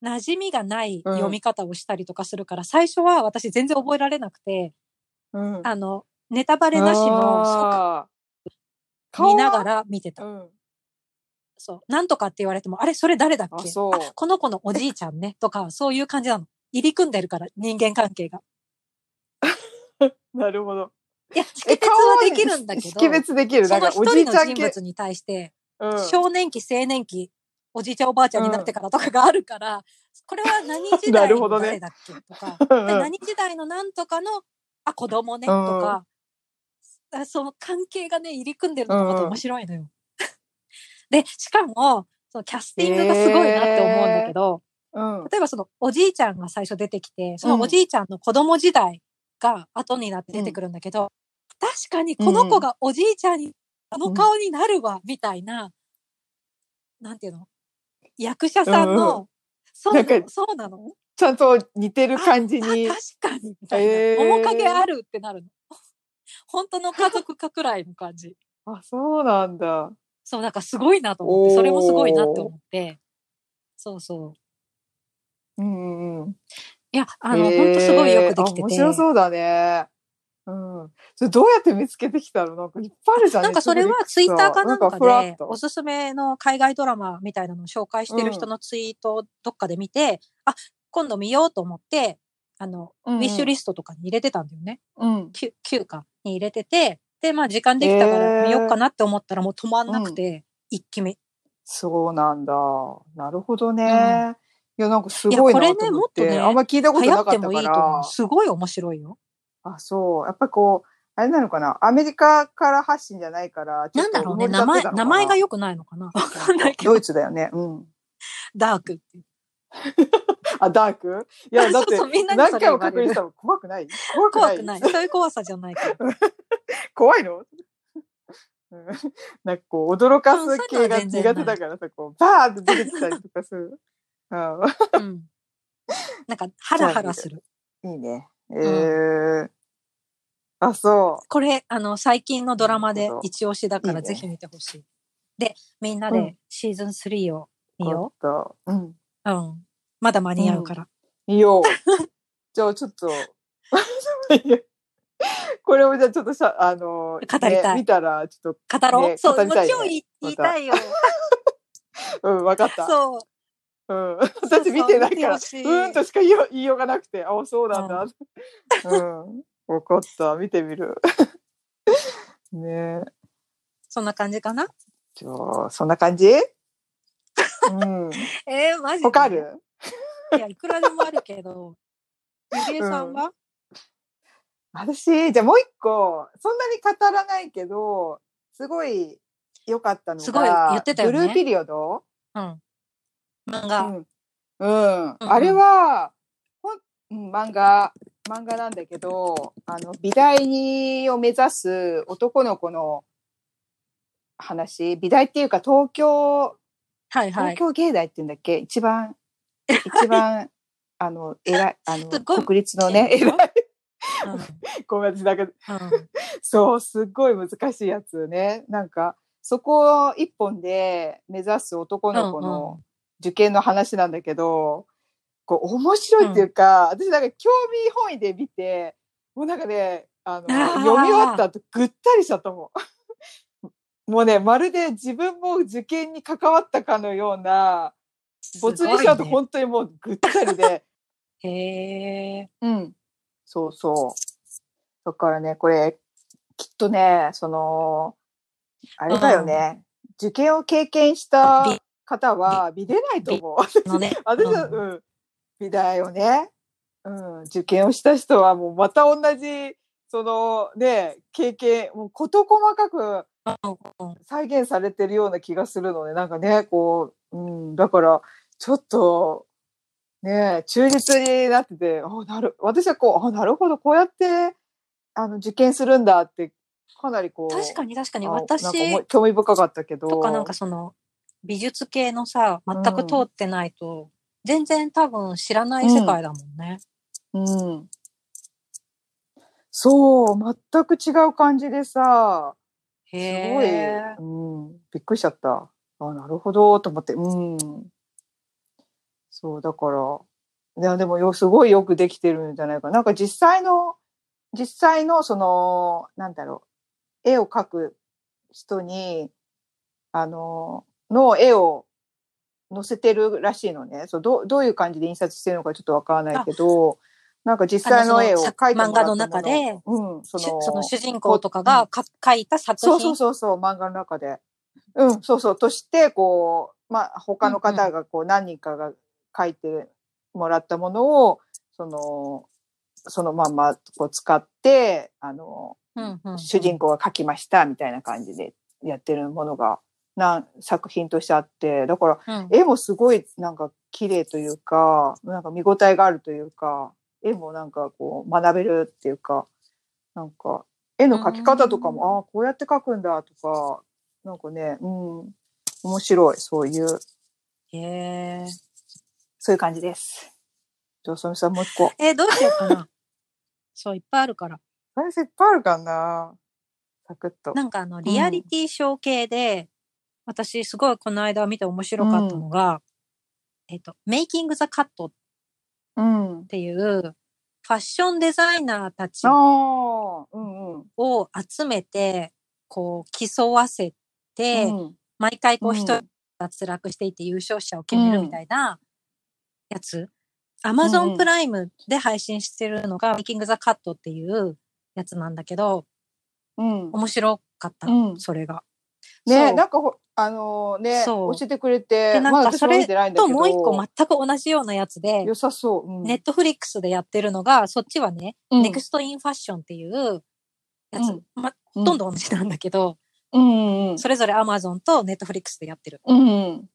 [SPEAKER 2] 馴染みがない
[SPEAKER 1] うん
[SPEAKER 2] 読み方をしたりとかするから、最初は私全然覚えられなくて、
[SPEAKER 1] うん。
[SPEAKER 2] あの、ネタバレなしの
[SPEAKER 1] あー
[SPEAKER 2] 即見なが
[SPEAKER 1] 顔は
[SPEAKER 2] ら見てた
[SPEAKER 1] う。ん。
[SPEAKER 2] そう。なんとかって言われても、あれそれ誰だっ
[SPEAKER 1] あ
[SPEAKER 2] け
[SPEAKER 1] そう
[SPEAKER 2] あこの子のおじいちゃんね。とか、そういう感じなの。入り組んでるから、人間関係が。
[SPEAKER 1] なるほど。
[SPEAKER 2] いや、識別はできるんだけど、
[SPEAKER 1] 識別できる。
[SPEAKER 2] そ
[SPEAKER 1] なん
[SPEAKER 2] の
[SPEAKER 1] か
[SPEAKER 2] 一
[SPEAKER 1] おじい
[SPEAKER 2] 人
[SPEAKER 1] ちゃ
[SPEAKER 2] の
[SPEAKER 1] ん
[SPEAKER 2] 人
[SPEAKER 1] 系。
[SPEAKER 2] 物に対して、
[SPEAKER 1] うん
[SPEAKER 2] 少年期、青年期、おじいちゃんおばあちゃんになってからとかがあるから、これは何 時
[SPEAKER 1] な
[SPEAKER 2] 代
[SPEAKER 1] るほ
[SPEAKER 2] の
[SPEAKER 1] どね
[SPEAKER 2] 誰だっけとか、
[SPEAKER 1] う
[SPEAKER 2] で
[SPEAKER 1] ん
[SPEAKER 2] 何時代のなんとかの、あ、子供ね、と
[SPEAKER 1] うん
[SPEAKER 2] か、あその関係がね、入り組んでるのがまた面白いのよ。 で、しかも、そのキャスティングがすごいなって思うんだけど、
[SPEAKER 1] うん
[SPEAKER 2] 例えばそのおじいちゃんが最初出てきて、そのおじいちゃんの子供時代が後になって出てくるんだけど、確かにこの子がおじいちゃんに、あの顔になるわ、みたいな、なんていうの役者さん
[SPEAKER 1] うん
[SPEAKER 2] の、そう
[SPEAKER 1] な
[SPEAKER 2] なん
[SPEAKER 1] か
[SPEAKER 2] のそうなの
[SPEAKER 1] ちゃんと似てる感じに
[SPEAKER 2] あ。確かに、みたいな、
[SPEAKER 1] へー
[SPEAKER 2] 面影あるってなるの。 本当の家族かくらいの感じ。
[SPEAKER 1] あ、そうなんだ。
[SPEAKER 2] そう、なんかすごいなと思っ
[SPEAKER 1] おー
[SPEAKER 2] て、それもすごいなって思って、そうそう。
[SPEAKER 1] うんうん。
[SPEAKER 2] いや、あの、
[SPEAKER 1] へー
[SPEAKER 2] 本当すごいよくできてて。
[SPEAKER 1] あ面白そうだね。うん。それどうやって見つけてきたのなんかいっぱいあるじゃん。
[SPEAKER 2] なんかそれはツイ
[SPEAKER 1] Netflix
[SPEAKER 2] ッターかなん
[SPEAKER 1] なんかふら
[SPEAKER 2] か
[SPEAKER 1] っ
[SPEAKER 2] で、
[SPEAKER 1] と
[SPEAKER 2] おすすめの海外ドラマみたいなのを紹介してる人のツイートをどっかで見て、あ、今度見ようと思って、あの、
[SPEAKER 1] うんうん
[SPEAKER 2] ウィッシュリストとかに入れてたんだよね。
[SPEAKER 1] うん。
[SPEAKER 2] 9, 9かに入れてて、で、まあ時間できたか
[SPEAKER 1] へー
[SPEAKER 2] ら見ようかなって思ったらもう止まんなくて、一気目。い
[SPEAKER 1] そうなんだ。なるほどね。
[SPEAKER 2] うん
[SPEAKER 1] いや、なんかすごいなと思って。
[SPEAKER 2] いやこれねもっとね
[SPEAKER 1] あんま聞いたこと
[SPEAKER 2] 流行
[SPEAKER 1] な
[SPEAKER 2] っ
[SPEAKER 1] かってたか
[SPEAKER 2] もいいと思
[SPEAKER 1] ら
[SPEAKER 2] う。。すごい面白いよ。
[SPEAKER 1] あ、そう。やっぱりこう、あれなのかなアメリカから発信じゃないから、ちょ
[SPEAKER 2] な
[SPEAKER 1] っ
[SPEAKER 2] ん
[SPEAKER 1] と
[SPEAKER 2] だろうね。
[SPEAKER 1] 埋もれちゃってたのか
[SPEAKER 2] 名前、
[SPEAKER 1] な
[SPEAKER 2] 名前が良くないのかな わかんないけど、
[SPEAKER 1] ドイツだよね。うん。
[SPEAKER 2] ダークって。
[SPEAKER 1] あ、ダークいや、だって
[SPEAKER 2] そうそうみんなに
[SPEAKER 1] 何
[SPEAKER 2] それ
[SPEAKER 1] 回も
[SPEAKER 2] 言われ
[SPEAKER 1] 確
[SPEAKER 2] る
[SPEAKER 1] 認したら怖くない怖くな
[SPEAKER 2] 怖
[SPEAKER 1] い
[SPEAKER 2] くない。そういう怖さじゃないけど。
[SPEAKER 1] 怖いのうんなんかこう、驚かす系が
[SPEAKER 2] うんそういうのは全然な
[SPEAKER 1] 苦
[SPEAKER 2] い
[SPEAKER 1] 手だからさ、こう、バーって出てきたりとかする。う
[SPEAKER 2] うん。なんか、ハラハラする。
[SPEAKER 1] ん、いいね。えー。あ、そ
[SPEAKER 2] これ、あの、最近のドラマ
[SPEAKER 1] な
[SPEAKER 2] で
[SPEAKER 1] るほど
[SPEAKER 2] 一押しだか
[SPEAKER 1] いい
[SPEAKER 2] ら
[SPEAKER 1] ね
[SPEAKER 2] ぜひ見てほしい。で、みんな
[SPEAKER 1] う
[SPEAKER 2] で
[SPEAKER 1] ん
[SPEAKER 2] シーズン3を
[SPEAKER 1] う。
[SPEAKER 2] 見よ
[SPEAKER 1] ちょっとうん。
[SPEAKER 2] う。うん。まだ間に合うから。
[SPEAKER 1] 見よう。じゃあ、ちょっと。 これをじゃあちょっとさ、あの、
[SPEAKER 2] りたい
[SPEAKER 1] ね見たら、ちょっ
[SPEAKER 2] 語ろう。
[SPEAKER 1] ね
[SPEAKER 2] そう、
[SPEAKER 1] 語り
[SPEAKER 2] もう
[SPEAKER 1] たいね
[SPEAKER 2] 超言い言いたいよ。
[SPEAKER 1] と、うん、わかった。
[SPEAKER 2] そう。
[SPEAKER 1] うん、
[SPEAKER 2] うそう
[SPEAKER 1] 私見てないから、う
[SPEAKER 2] 見てほしい
[SPEAKER 1] ーんとしか言いよう言いようがなくて、あ、そうなんだ。うん。わかった。見てみる。 ねえ。
[SPEAKER 2] そんな感じかな。
[SPEAKER 1] じゃあ、そんな感じうん。
[SPEAKER 2] えー、マジで
[SPEAKER 1] 他ある
[SPEAKER 2] いや、いくらでもあるけ ど。ゆりえさんは、
[SPEAKER 1] 私、じゃあもう一個、そんなに語らないけど、すごい良かったのが、
[SPEAKER 2] すごい言ってたよね
[SPEAKER 1] ブルーピリオド
[SPEAKER 2] うん、漫
[SPEAKER 1] う
[SPEAKER 2] 画。
[SPEAKER 1] ん。うん。
[SPEAKER 2] うん
[SPEAKER 1] あれは、ほん、うん漫画、漫画なんだけど、あの、美大にを目指す男の子の話、美大っていうか東京、
[SPEAKER 2] はいは
[SPEAKER 1] 東
[SPEAKER 2] い。
[SPEAKER 1] 京芸大っていうんだっけ、一番、一 番、あの、偉い、あの、
[SPEAKER 2] すごい
[SPEAKER 1] 国立の ね、
[SPEAKER 2] うん
[SPEAKER 1] 偉い、
[SPEAKER 2] うんうん
[SPEAKER 1] ごめんなさい、なんか そう、すっごい難しいやつね。なんか、そこ一本で目指す男の子
[SPEAKER 2] うんう
[SPEAKER 1] の受験の話なんだけど、こう、面白いっていうか、私なんか興味本位で見て、もうなんかね、あの、
[SPEAKER 2] あー
[SPEAKER 1] 読み終わった後ぐったりしちゃったもん。 もうね、まるで自分も受験に関わったかのような、没入しちゃうと
[SPEAKER 2] すごい
[SPEAKER 1] 本当にもうぐったりで、
[SPEAKER 2] ねへ え。
[SPEAKER 1] うん。そうそう。だからね、これ、きっとね、その、あれだよね、受験を経験した
[SPEAKER 2] び
[SPEAKER 1] 方は見れないと思 う。私、
[SPEAKER 2] のね。
[SPEAKER 1] 私は、
[SPEAKER 2] うん
[SPEAKER 1] うん。美大をね、うん、受験をした人はもうまた同じ、そのね、経験、もう事細かく
[SPEAKER 2] うん
[SPEAKER 1] 再現されてるような気がするので、なんかね、こう、うん、だから、ちょっと、ねえ、忠実になってて、あなる、私はこう、あなるほど、こうやって、あの、受験するんだって、かなりこう、
[SPEAKER 2] 確かに確かに
[SPEAKER 1] あ
[SPEAKER 2] 私
[SPEAKER 1] なんか思い興味深かったけど、
[SPEAKER 2] とかなんかその美術系のさ全く通ってないと、全然多分知らない世界だもんね。
[SPEAKER 1] うん。そう、全く違う感じでさ、すごい、
[SPEAKER 2] へえ。
[SPEAKER 1] うん、びっくりしちゃった。あ、なるほど、と思って、うん。そう、だから、いや、でもよ、すごいよくできてるんじゃないかな。なんか実際の、実際の、その、なんだろう、絵を描く人に、あの、の絵を載せてるらしいのね。そう、どうどういう感じで印刷してるのかちょっとわからないけど、なんか実際の絵を描いてもらった
[SPEAKER 2] 漫画の中
[SPEAKER 1] も
[SPEAKER 2] で
[SPEAKER 1] の、うん、そ
[SPEAKER 2] し
[SPEAKER 1] の、
[SPEAKER 2] その主人公とかがか書いた作
[SPEAKER 1] そう
[SPEAKER 2] 品
[SPEAKER 1] そうそうそう、漫画の中で。うん、そうそう。として、こまあ、他の方がこう何人かが書いてもらったものを、その、そのまんまこう使って、あの、
[SPEAKER 2] うんうん
[SPEAKER 1] 主人公が書きましたみたいな感じでやってるものが何作品としてあって、だから
[SPEAKER 2] うん
[SPEAKER 1] 絵もすごいなんか綺麗というか、なんか見応えがあるというか、絵もなんかこう学べるっていうか、なんか絵の描き方とか
[SPEAKER 2] う
[SPEAKER 1] も、ああ、こうやって描くんだとか、なんかね、うん、面白い、そういう、
[SPEAKER 2] へー
[SPEAKER 1] そういう感じです。じゃあ、そみさんもう一個。
[SPEAKER 2] えーどうしようかな。 そう、いっぱいあるから。
[SPEAKER 1] 最初いっぱいあるかなサクッと。
[SPEAKER 2] なんかあの、リアリティショー系で、私すごいこの間見て面白かったのが、えっと、メイキング・ザ・カットっ
[SPEAKER 1] うん。
[SPEAKER 2] ていう、ファッションデザイナーたち
[SPEAKER 1] ああ、うんうん。
[SPEAKER 2] を集めて、こう、競わせて、
[SPEAKER 1] うん
[SPEAKER 2] 毎回こ
[SPEAKER 1] う
[SPEAKER 2] うん一人脱落していて優勝者を決めるみたいなやつ。アマゾ
[SPEAKER 1] う
[SPEAKER 2] ン
[SPEAKER 1] ん
[SPEAKER 2] プライムで配信してるのが、メイキング・ザ・カットっていうやつなんだけど、
[SPEAKER 1] うん。
[SPEAKER 2] 面白かった、
[SPEAKER 1] うん
[SPEAKER 2] それが。
[SPEAKER 1] ね
[SPEAKER 2] そう
[SPEAKER 1] なんかほ、あのね、教
[SPEAKER 2] そう
[SPEAKER 1] えてくれて、
[SPEAKER 2] でなんか
[SPEAKER 1] まだ私
[SPEAKER 2] それ
[SPEAKER 1] は見てないんだ
[SPEAKER 2] と
[SPEAKER 1] けど。
[SPEAKER 2] もう一個全く同じようなやつで、
[SPEAKER 1] 良さそう。うん
[SPEAKER 2] ネットフリックスでやってるのが、そっちはね、
[SPEAKER 1] うん
[SPEAKER 2] ネクストインファッションっていうやつ、
[SPEAKER 1] うん
[SPEAKER 2] ま、ほとんど同じなんだけど、
[SPEAKER 1] うんうん
[SPEAKER 2] それぞれアマゾンとネットフリックスでやってる。
[SPEAKER 1] うん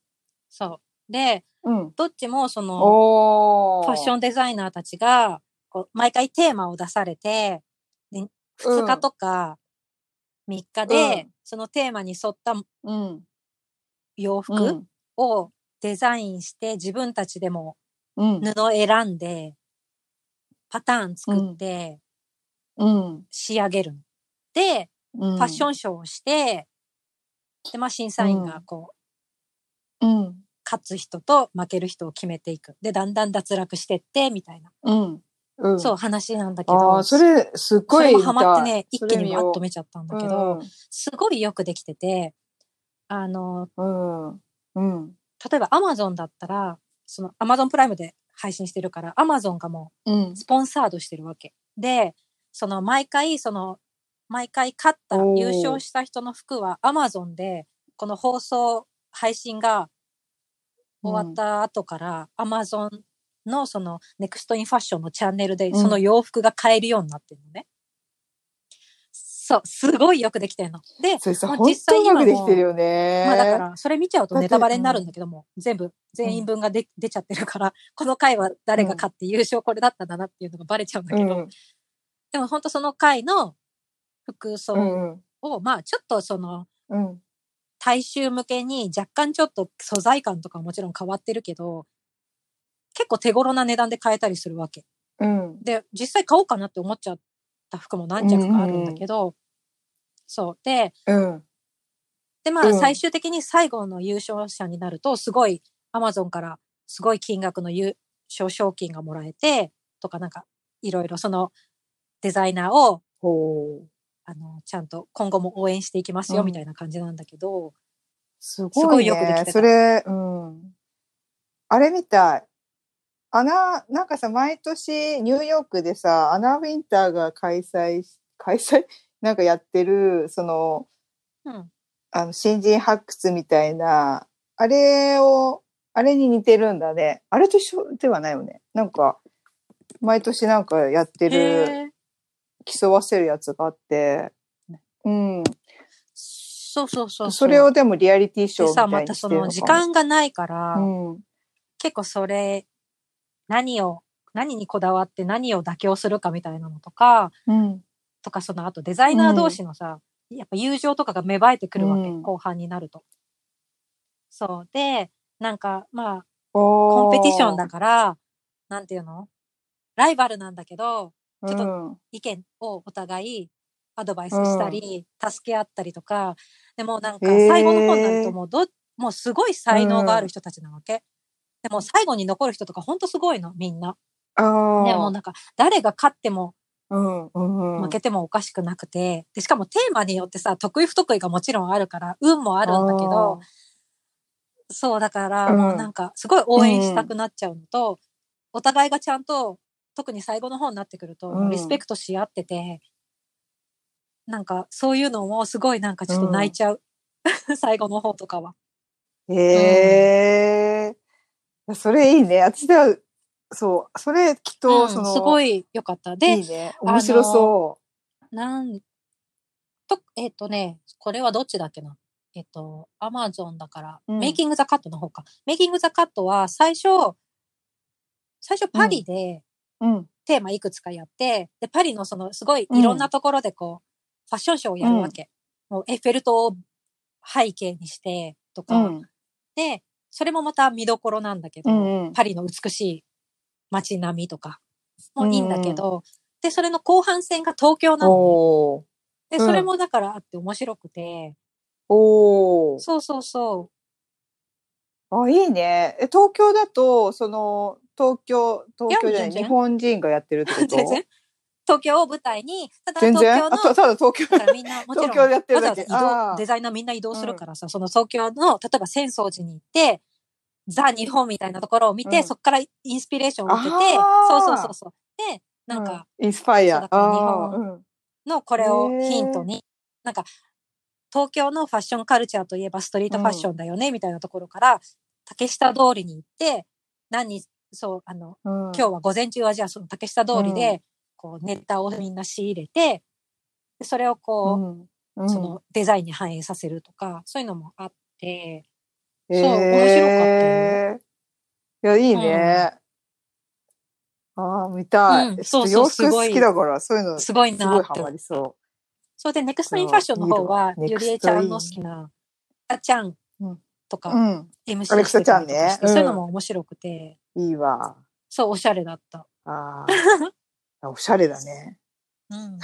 [SPEAKER 2] そう。で、
[SPEAKER 1] うん。
[SPEAKER 2] どっちもその、
[SPEAKER 1] お
[SPEAKER 2] ファッショ
[SPEAKER 1] ン
[SPEAKER 2] ンデザイナーたちが、こう、毎回テーマを出されて、で2日とか3日で、
[SPEAKER 1] うん
[SPEAKER 2] そのテーマに沿った
[SPEAKER 1] うん。
[SPEAKER 2] 洋
[SPEAKER 1] う
[SPEAKER 2] 服
[SPEAKER 1] ん。
[SPEAKER 2] をデザインして、自分たちでも
[SPEAKER 1] うん。
[SPEAKER 2] 布選んで、パターン作って
[SPEAKER 1] うん。
[SPEAKER 2] 仕上げるの。で、
[SPEAKER 1] フ
[SPEAKER 2] ファッショ
[SPEAKER 1] ン。
[SPEAKER 2] ンショーをして、で、まあ審査員がこう、
[SPEAKER 1] うん。
[SPEAKER 2] 勝つ人と負ける人を決めていく。で、だんだん脱落してって、みたいな。
[SPEAKER 1] うん。うん。
[SPEAKER 2] そう、話なんだけど。
[SPEAKER 1] ああ、それ、すっ
[SPEAKER 2] そ
[SPEAKER 1] ごい
[SPEAKER 2] れ
[SPEAKER 1] 見た
[SPEAKER 2] も
[SPEAKER 1] い。
[SPEAKER 2] ハマってね、一気にわ
[SPEAKER 1] それ
[SPEAKER 2] っ
[SPEAKER 1] 見
[SPEAKER 2] と
[SPEAKER 1] よ
[SPEAKER 2] 見ちゃったん
[SPEAKER 1] う
[SPEAKER 2] だけど、、すごいよくできてて、あの、
[SPEAKER 1] うん。うん。うん。
[SPEAKER 2] 例えば Amazon だったら、その Amazon プライムで配信してるから、Amazon がも
[SPEAKER 1] うん
[SPEAKER 2] う。スポンサードしてるわけ。で、その毎回、その、毎回勝った、
[SPEAKER 1] おー
[SPEAKER 2] 優勝した人の服は Amazon で、この放送、配信が終わった後から、Amazon のその Next in Fashion のチャンネルで、
[SPEAKER 1] ん
[SPEAKER 2] その洋服が買えるようになってるのね。そう、すごいよくできてるの。で、
[SPEAKER 1] それさ、
[SPEAKER 2] まあ
[SPEAKER 1] 本
[SPEAKER 2] 実際
[SPEAKER 1] 当うま
[SPEAKER 2] 今
[SPEAKER 1] く
[SPEAKER 2] も
[SPEAKER 1] できてるよね。
[SPEAKER 2] まあだか。ら、それ見ちゃうと
[SPEAKER 1] だって
[SPEAKER 2] ネタバレになるんだけども、全部、全員分がで出ちゃってるから、この回は誰が勝って優勝これだったんだなっていうのがバレちゃうんだ
[SPEAKER 1] う
[SPEAKER 2] け
[SPEAKER 1] ん
[SPEAKER 2] ど、。でも本当その回の
[SPEAKER 1] う
[SPEAKER 2] 服装
[SPEAKER 1] ん。
[SPEAKER 2] を、まあちょっとその、
[SPEAKER 1] うん。
[SPEAKER 2] 大衆向けに若干ちょっと素材感とかはもちろん変わってるけど、結構手頃な値段で買えたりするわけ。
[SPEAKER 1] うん。
[SPEAKER 2] で、実際買おうかなって思っちゃった服も何着かあるんだけど、そう。で、
[SPEAKER 1] うん。
[SPEAKER 2] で、まあ
[SPEAKER 1] うん
[SPEAKER 2] 最終的に最後の優勝者になると、すごい Amazon からすごい金額の優勝賞金がもらえて、とかなんかいろいろそのデザイナーを
[SPEAKER 1] ほう。
[SPEAKER 2] あの、ちゃんと今後も応援していきます
[SPEAKER 1] う
[SPEAKER 2] よ、
[SPEAKER 1] ん
[SPEAKER 2] みたいな感じなんだけど、
[SPEAKER 1] す
[SPEAKER 2] す
[SPEAKER 1] ご
[SPEAKER 2] ご
[SPEAKER 1] い
[SPEAKER 2] いよくでき
[SPEAKER 1] ね
[SPEAKER 2] て。た
[SPEAKER 1] それ、うん。あれみたい。アナ、なんかさ、毎年ニューヨークでさ、アナ・ウィンターが開催し、開催 なんかやってる、その、
[SPEAKER 2] うん。
[SPEAKER 1] あの、新人発掘みたいな、あれを、あれに似てるんだね。あれと一緒ではないよね。なんか、毎年なんかやってる、
[SPEAKER 2] へー
[SPEAKER 1] 競わせるやつがあって、うん。
[SPEAKER 2] そうそうそうう。
[SPEAKER 1] それをでもリアリティショー
[SPEAKER 2] で
[SPEAKER 1] みたい
[SPEAKER 2] さ、
[SPEAKER 1] に
[SPEAKER 2] また
[SPEAKER 1] して
[SPEAKER 2] そ
[SPEAKER 1] るの
[SPEAKER 2] の時
[SPEAKER 1] かも。
[SPEAKER 2] 間がないから、
[SPEAKER 1] うん。
[SPEAKER 2] 結構それ、何を、何にこだわって何を妥協するかみたいなのとか、
[SPEAKER 1] うん。
[SPEAKER 2] とかそのあとデザイナー
[SPEAKER 1] うん
[SPEAKER 2] 同士のさ、やっぱ友情とかが芽生えてくるわけ、
[SPEAKER 1] うん
[SPEAKER 2] 後半になると。そう。で、なんか、まあ、コ
[SPEAKER 1] コ
[SPEAKER 2] ンペティションだから、なんていうのライバルなんだけど、ちょっと
[SPEAKER 1] うん
[SPEAKER 2] 意見をお互いアドバイスしたり、助け合ったりとか、でもなんか
[SPEAKER 1] へー
[SPEAKER 2] 最後の方になるともうど、もうすごい才能がある人たちなわけ。でも最後に残る人とかほんとすごいの、みんな。
[SPEAKER 1] あー
[SPEAKER 2] ね、もうなんか誰が勝っても
[SPEAKER 1] うんうんうん
[SPEAKER 2] 負けてもおかしくなくて、で、しかもテーマによってさ、得意不得意がもちろんあるから、運もあるんだけど、そうだから、
[SPEAKER 1] うん
[SPEAKER 2] もうなんかすごい応援したくなっちゃうのと、お互いがちゃんと、特に最後の方になってくると、
[SPEAKER 1] うん
[SPEAKER 2] リスペクトし合ってて、 なんかそういうのもすごいなんかちょっと泣いちゃう。最後の方とかは。
[SPEAKER 1] へえ、それいいね。私では、そう、それきっと、
[SPEAKER 2] うん
[SPEAKER 1] その、
[SPEAKER 2] すごい良かった。で、
[SPEAKER 1] いいね。面白そ
[SPEAKER 2] なんと、えっ、とね、これはどっちだっけな。えっ、と、アマゾンだから、
[SPEAKER 1] うん
[SPEAKER 2] メイキングザカットの方か。メイキングザカットは最初、最初パリで
[SPEAKER 1] う。うん。
[SPEAKER 2] テーマいくつかやって、で、パリのそのすごいいろんなところでこう、ファッションショーをやるわけ。もうエッフェル塔を背景にしてと
[SPEAKER 1] う
[SPEAKER 2] か、
[SPEAKER 1] ん。
[SPEAKER 2] で、それもまた見どころなんだけど、
[SPEAKER 1] うんうん。
[SPEAKER 2] パリの美しい街並みとかもいいんだけど、で、それの後半戦が東京なのね、
[SPEAKER 1] おー
[SPEAKER 2] で、
[SPEAKER 1] うん
[SPEAKER 2] それもだからあって面白くて、
[SPEAKER 1] おー
[SPEAKER 2] そうそうそ
[SPEAKER 1] あ、いいね。え、東京だと、その、東京、東京じゃない
[SPEAKER 2] や全然
[SPEAKER 1] 日本人がやってるってこ
[SPEAKER 2] う。
[SPEAKER 1] と
[SPEAKER 2] 全然東京を舞台に、ただ
[SPEAKER 1] 全
[SPEAKER 2] 東
[SPEAKER 1] 然
[SPEAKER 2] 京
[SPEAKER 1] あ、た
[SPEAKER 2] の、
[SPEAKER 1] ただ東京。
[SPEAKER 2] だからみんな、もちろん、
[SPEAKER 1] 東京でやってるだけ
[SPEAKER 2] わざわざ移
[SPEAKER 1] あ
[SPEAKER 2] 動
[SPEAKER 1] ー
[SPEAKER 2] デザイナーみんな移動するからさ、その東京の、例えば浅草寺に行って、ザ・日本みたいなところを見て、
[SPEAKER 1] うん
[SPEAKER 2] そこからインスピレーションを受けて、
[SPEAKER 1] あー
[SPEAKER 2] そうそうそうそう。で、なんか、
[SPEAKER 1] うん、インスパイ
[SPEAKER 2] そう
[SPEAKER 1] ア
[SPEAKER 2] だ。から日本
[SPEAKER 1] あーうん
[SPEAKER 2] のこれをヒントに、なんか、東京のファッションカルチャーといえばストリートファッションだよね、みたいなところから、竹下通りに行って、何に、そう、あの、
[SPEAKER 1] うん
[SPEAKER 2] 今日は午前中はじゃあその竹下通り
[SPEAKER 1] う
[SPEAKER 2] で、こうネタをみんな仕入れて、でそれをこ
[SPEAKER 1] う
[SPEAKER 2] う、
[SPEAKER 1] ん、
[SPEAKER 2] そのデザインに反映させるとか、そういうのもあって、
[SPEAKER 1] うん、
[SPEAKER 2] そう面
[SPEAKER 1] えーいや、いいね。ああ、見たい。
[SPEAKER 2] うん
[SPEAKER 1] ちょっと
[SPEAKER 2] そうそう
[SPEAKER 1] 洋服
[SPEAKER 2] すごい
[SPEAKER 1] 好きだから、そういうの、す
[SPEAKER 2] すごいな
[SPEAKER 1] ごい
[SPEAKER 2] っ
[SPEAKER 1] ハ
[SPEAKER 2] て
[SPEAKER 1] マ。りそ
[SPEAKER 2] それで、ネクストインファッションの方は、
[SPEAKER 1] そう
[SPEAKER 2] ゆりえちゃんの好きな、あちゃんと
[SPEAKER 1] う。
[SPEAKER 2] か、
[SPEAKER 1] うん。
[SPEAKER 2] MC
[SPEAKER 1] アレクサ
[SPEAKER 2] してたりとかして
[SPEAKER 1] ちゃんねうん
[SPEAKER 2] そういうのも面白くて、
[SPEAKER 1] いいわ。
[SPEAKER 2] そう、おしゃれだった。
[SPEAKER 1] あ あ。おしゃれだね。
[SPEAKER 2] うん。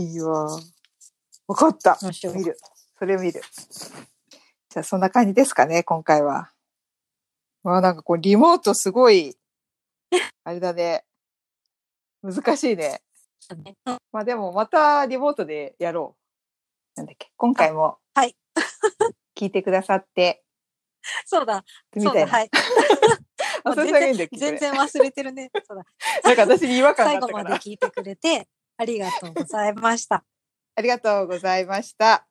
[SPEAKER 1] いいわ。わかった。
[SPEAKER 2] 面白
[SPEAKER 1] 見
[SPEAKER 2] い。
[SPEAKER 1] る。それを見る。じゃあ、そんな感じですかね、今回は。まあ、なんかこう、リモートすご い、あれだね。難しいね。
[SPEAKER 2] うん
[SPEAKER 1] まあでもまたリモートでやろう。なんだっけ今回も。
[SPEAKER 2] はい。
[SPEAKER 1] 聞いてくださって。
[SPEAKER 2] そうだ、
[SPEAKER 1] み
[SPEAKER 2] そう
[SPEAKER 1] たい
[SPEAKER 2] だ、
[SPEAKER 1] な。
[SPEAKER 2] はい。
[SPEAKER 1] あ、
[SPEAKER 2] もう
[SPEAKER 1] それ
[SPEAKER 2] 全
[SPEAKER 1] だけいいん
[SPEAKER 2] 然
[SPEAKER 1] だっけ
[SPEAKER 2] 全然忘れてるね。そうだ。
[SPEAKER 1] これなんか私に違和感があ
[SPEAKER 2] 最
[SPEAKER 1] った
[SPEAKER 2] 後
[SPEAKER 1] か
[SPEAKER 2] まで
[SPEAKER 1] ら。
[SPEAKER 2] 聞いてくれて、ありがとうございました。
[SPEAKER 1] ありがとうございました。